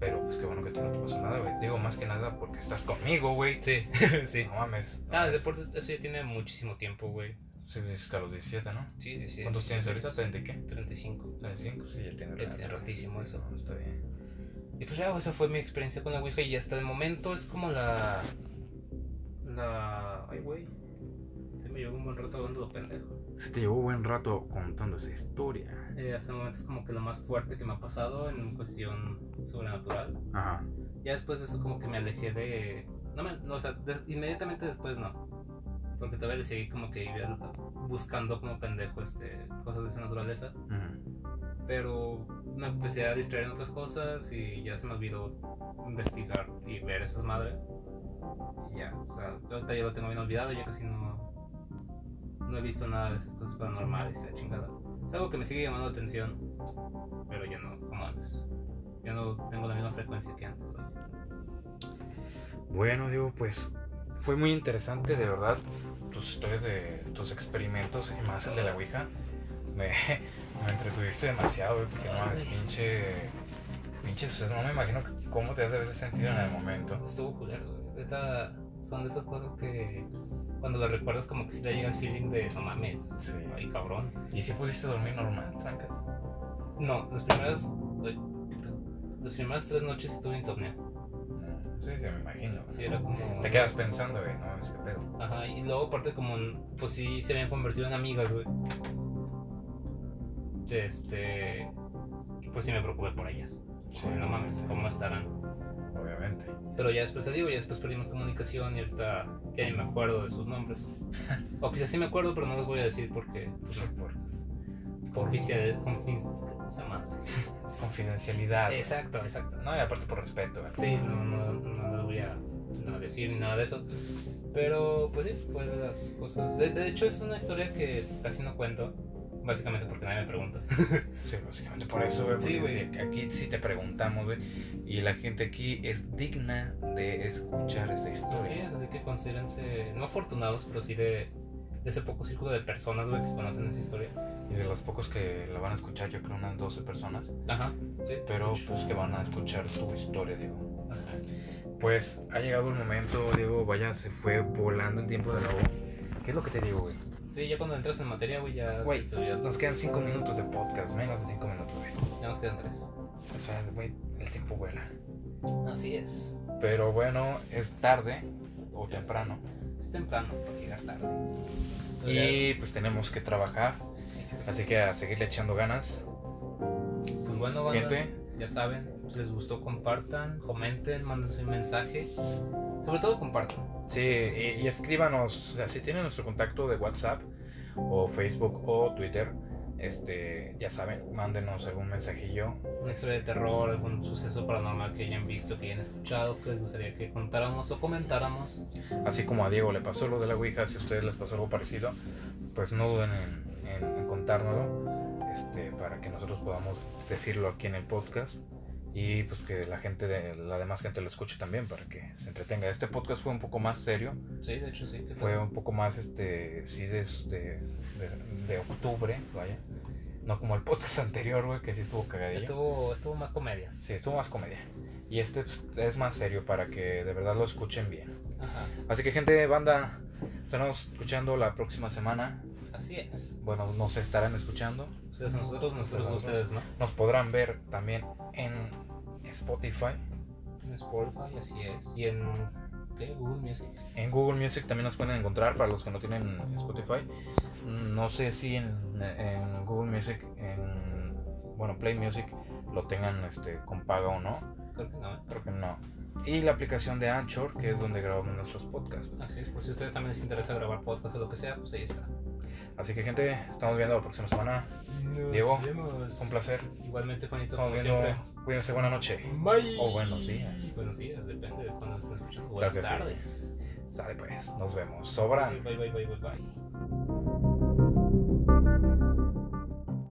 [SPEAKER 3] Pero pues qué bueno que a ti no te pasó nada, güey. Digo, más que nada porque estás conmigo, güey.
[SPEAKER 2] Sí, sí.
[SPEAKER 3] No mames. no
[SPEAKER 2] Ah, el
[SPEAKER 3] mames.
[SPEAKER 2] deporte, eso ya tiene muchísimo tiempo, güey.
[SPEAKER 3] Sí, dices que a los 17, ¿no?
[SPEAKER 2] Sí, sí, sí.
[SPEAKER 3] ¿Cuántos tienes ahorita? ¿30 y qué?
[SPEAKER 2] 35.
[SPEAKER 3] ¿35? Sí, ya tiene
[SPEAKER 2] Ya tiene ratísimo eso.
[SPEAKER 3] No, está bien.
[SPEAKER 2] Y pues ya, güey, esa fue mi experiencia con la Ouija y hasta el momento es como la... La... Ay, güey. Se me llevó un buen rato hablando de pendejo.
[SPEAKER 3] Se te llevó buen rato contando esa historia.
[SPEAKER 2] Eh, hasta el momento es como que lo más fuerte que me ha pasado en cuestión sobrenatural.
[SPEAKER 3] Ajá.
[SPEAKER 2] Ya después de eso como que me alejé de... No, me, no, o sea, des- inmediatamente después no. Porque todavía le seguí como que iba buscando como pendejo este, cosas de esa naturaleza.
[SPEAKER 3] Ujú.
[SPEAKER 2] Pero me empecé a distraer en otras cosas y ya se me olvidó investigar y ver esas madres. Y ya, o sea, ahorita ya lo tengo bien olvidado, ya casi no, no he visto nada de esas cosas paranormales y la chingada. Es algo que me sigue llamando la atención, pero ya no, como antes. Ya no tengo la misma frecuencia que antes. vaya.
[SPEAKER 3] Bueno, digo, pues fue muy interesante, de verdad, tus historias de tus experimentos y más el de la Ouija. Me, me entretuviste demasiado, güey, porque no mames, pinche, pinche suceso. No me imagino c- cómo te has de veces sentido en el momento.
[SPEAKER 2] Estuvo culero, güey. Neta, son de esas cosas que cuando las recuerdas como que sí te llega el feeling de no mames.
[SPEAKER 3] Sí.
[SPEAKER 2] Ay, cabrón.
[SPEAKER 3] Y si pudiste dormir normal, trancas.
[SPEAKER 2] No, las primeras. ay, qué pedo. Las primeras tres noches sí tuve insomnio.
[SPEAKER 3] Mm, Sí, sí, me imagino. güey.
[SPEAKER 2] Sí, era como.
[SPEAKER 3] Te quedas pensando, güey, no mames, qué pedo.
[SPEAKER 2] Ajá, y luego aparte como, pues sí se habían convertido en amigas, güey. Este, pues sí me preocupé por ellas.
[SPEAKER 3] Sí,
[SPEAKER 2] no mames,
[SPEAKER 3] sí.
[SPEAKER 2] ¿cómo estarán?
[SPEAKER 3] Obviamente.
[SPEAKER 2] Pero ya después te digo, ya después perdimos comunicación y ahorita ya ni me acuerdo de sus nombres. O quizás sí me acuerdo, pero no los voy a decir porque
[SPEAKER 3] Pues sí, por
[SPEAKER 2] confidencial, confis- esa madre.
[SPEAKER 3] confidencialidad. güey.
[SPEAKER 2] Exacto, exacto.
[SPEAKER 3] No, y aparte por respeto, güey.
[SPEAKER 2] Sí, no, no, no les voy a no decir ni nada de eso. Pero pues sí, fue de las cosas. De, de hecho, es una historia que casi no cuento. Básicamente porque nadie me pregunta.
[SPEAKER 3] Sí, básicamente por eso, güey.
[SPEAKER 2] Sí,
[SPEAKER 3] porque
[SPEAKER 2] güey.
[SPEAKER 3] si- Aquí sí te preguntamos, güey. Y la gente aquí es digna de escuchar esta
[SPEAKER 2] Así
[SPEAKER 3] historia.
[SPEAKER 2] es, Pues así que considérense, no afortunados, pero sí de, de ese poco círculo de personas, güey, que conocen esa historia.
[SPEAKER 3] Y de los pocos que la van a escuchar, yo creo unas 12 personas.
[SPEAKER 2] Ajá, sí.
[SPEAKER 3] Pero pues que van a escuchar tu historia, Diego.
[SPEAKER 2] Ajá.
[SPEAKER 3] Pues ha llegado el momento, Diego. Vaya, se fue volando el tiempo de la voz. ¿Qué es lo que te digo, güey?
[SPEAKER 2] Sí, ya cuando entras en materia, güey, ya se
[SPEAKER 3] Güey,
[SPEAKER 2] te olvida todo.
[SPEAKER 3] Pues, Nos quedan 5 minutos de podcast, menos de 5 minutos, güey.
[SPEAKER 2] ya nos quedan tres.
[SPEAKER 3] O sea, güey, el tiempo vuela.
[SPEAKER 2] Así es.
[SPEAKER 3] Pero bueno, es tarde o
[SPEAKER 2] Ya
[SPEAKER 3] temprano.
[SPEAKER 2] Es temprano para llegar tarde.
[SPEAKER 3] Y pues tenemos que trabajar.
[SPEAKER 2] Sí.
[SPEAKER 3] Así que a seguirle echando ganas.
[SPEAKER 2] Pues bueno, banda,
[SPEAKER 3] Gente,
[SPEAKER 2] ya saben, si les gustó, compartan, comenten, mándense un mensaje. Sobre todo compartan.
[SPEAKER 3] sí, y, y escríbanos. O sea, si tienen nuestro contacto de WhatsApp o Facebook o Twitter, este, ya saben, mándenos algún mensajillo.
[SPEAKER 2] Una historia de terror, algún suceso paranormal que hayan visto, que hayan escuchado, que les gustaría que contáramos o comentáramos.
[SPEAKER 3] Así como a Diego le pasó lo de la Ouija, si a ustedes les pasó algo parecido, pues no duden en, en- en contárnoslo este, para que nosotros podamos decirlo aquí en el podcast. Y pues que la gente, de, la demás gente lo escuche también para que se entretenga. Este podcast fue un poco más serio,
[SPEAKER 2] Sí, de hecho sí. que
[SPEAKER 3] fue un poco más este sí de, de, de- de octubre vaya no como el podcast anterior güey que sí estuvo cagadillo
[SPEAKER 2] Estuvo, estuvo más comedia.
[SPEAKER 3] sí estuvo más comedia y este pues, es más serio para que de verdad lo escuchen bien
[SPEAKER 2] Ajá.
[SPEAKER 3] así que gente banda estamos escuchando la próxima semana
[SPEAKER 2] Así es.
[SPEAKER 3] bueno nos estarán escuchando
[SPEAKER 2] Ustedes a nosotros, nosotros a ustedes, ¿no?
[SPEAKER 3] nos podrán ver también en Spotify
[SPEAKER 2] En Spotify, así es. Y en. ¿Qué? Google Music.
[SPEAKER 3] en Google Music también nos pueden encontrar para los que no tienen Spotify no sé si en, en Google Music en bueno Play Music lo tengan este con paga o no
[SPEAKER 2] Creo que no, ¿eh?
[SPEAKER 3] creo que no y la aplicación de Anchor que es donde grabamos nuestros podcasts
[SPEAKER 2] Así es. Por si a ustedes también les interesa grabar podcast o lo que sea, pues ahí está.
[SPEAKER 3] así que gente estamos viendo la próxima semana Diego, un placer
[SPEAKER 2] Igualmente, Juanito,
[SPEAKER 3] estamos
[SPEAKER 2] como
[SPEAKER 3] viendo
[SPEAKER 2] siempre.
[SPEAKER 3] cuídense buena noche
[SPEAKER 2] Bye.
[SPEAKER 3] O buenos días.
[SPEAKER 2] Buenos días, depende de cuando estén escuchando. Buenas
[SPEAKER 3] Claro que
[SPEAKER 2] tardes.
[SPEAKER 3] sale pues nos vemos sobran
[SPEAKER 2] Bye, bye, bye, bye, bye.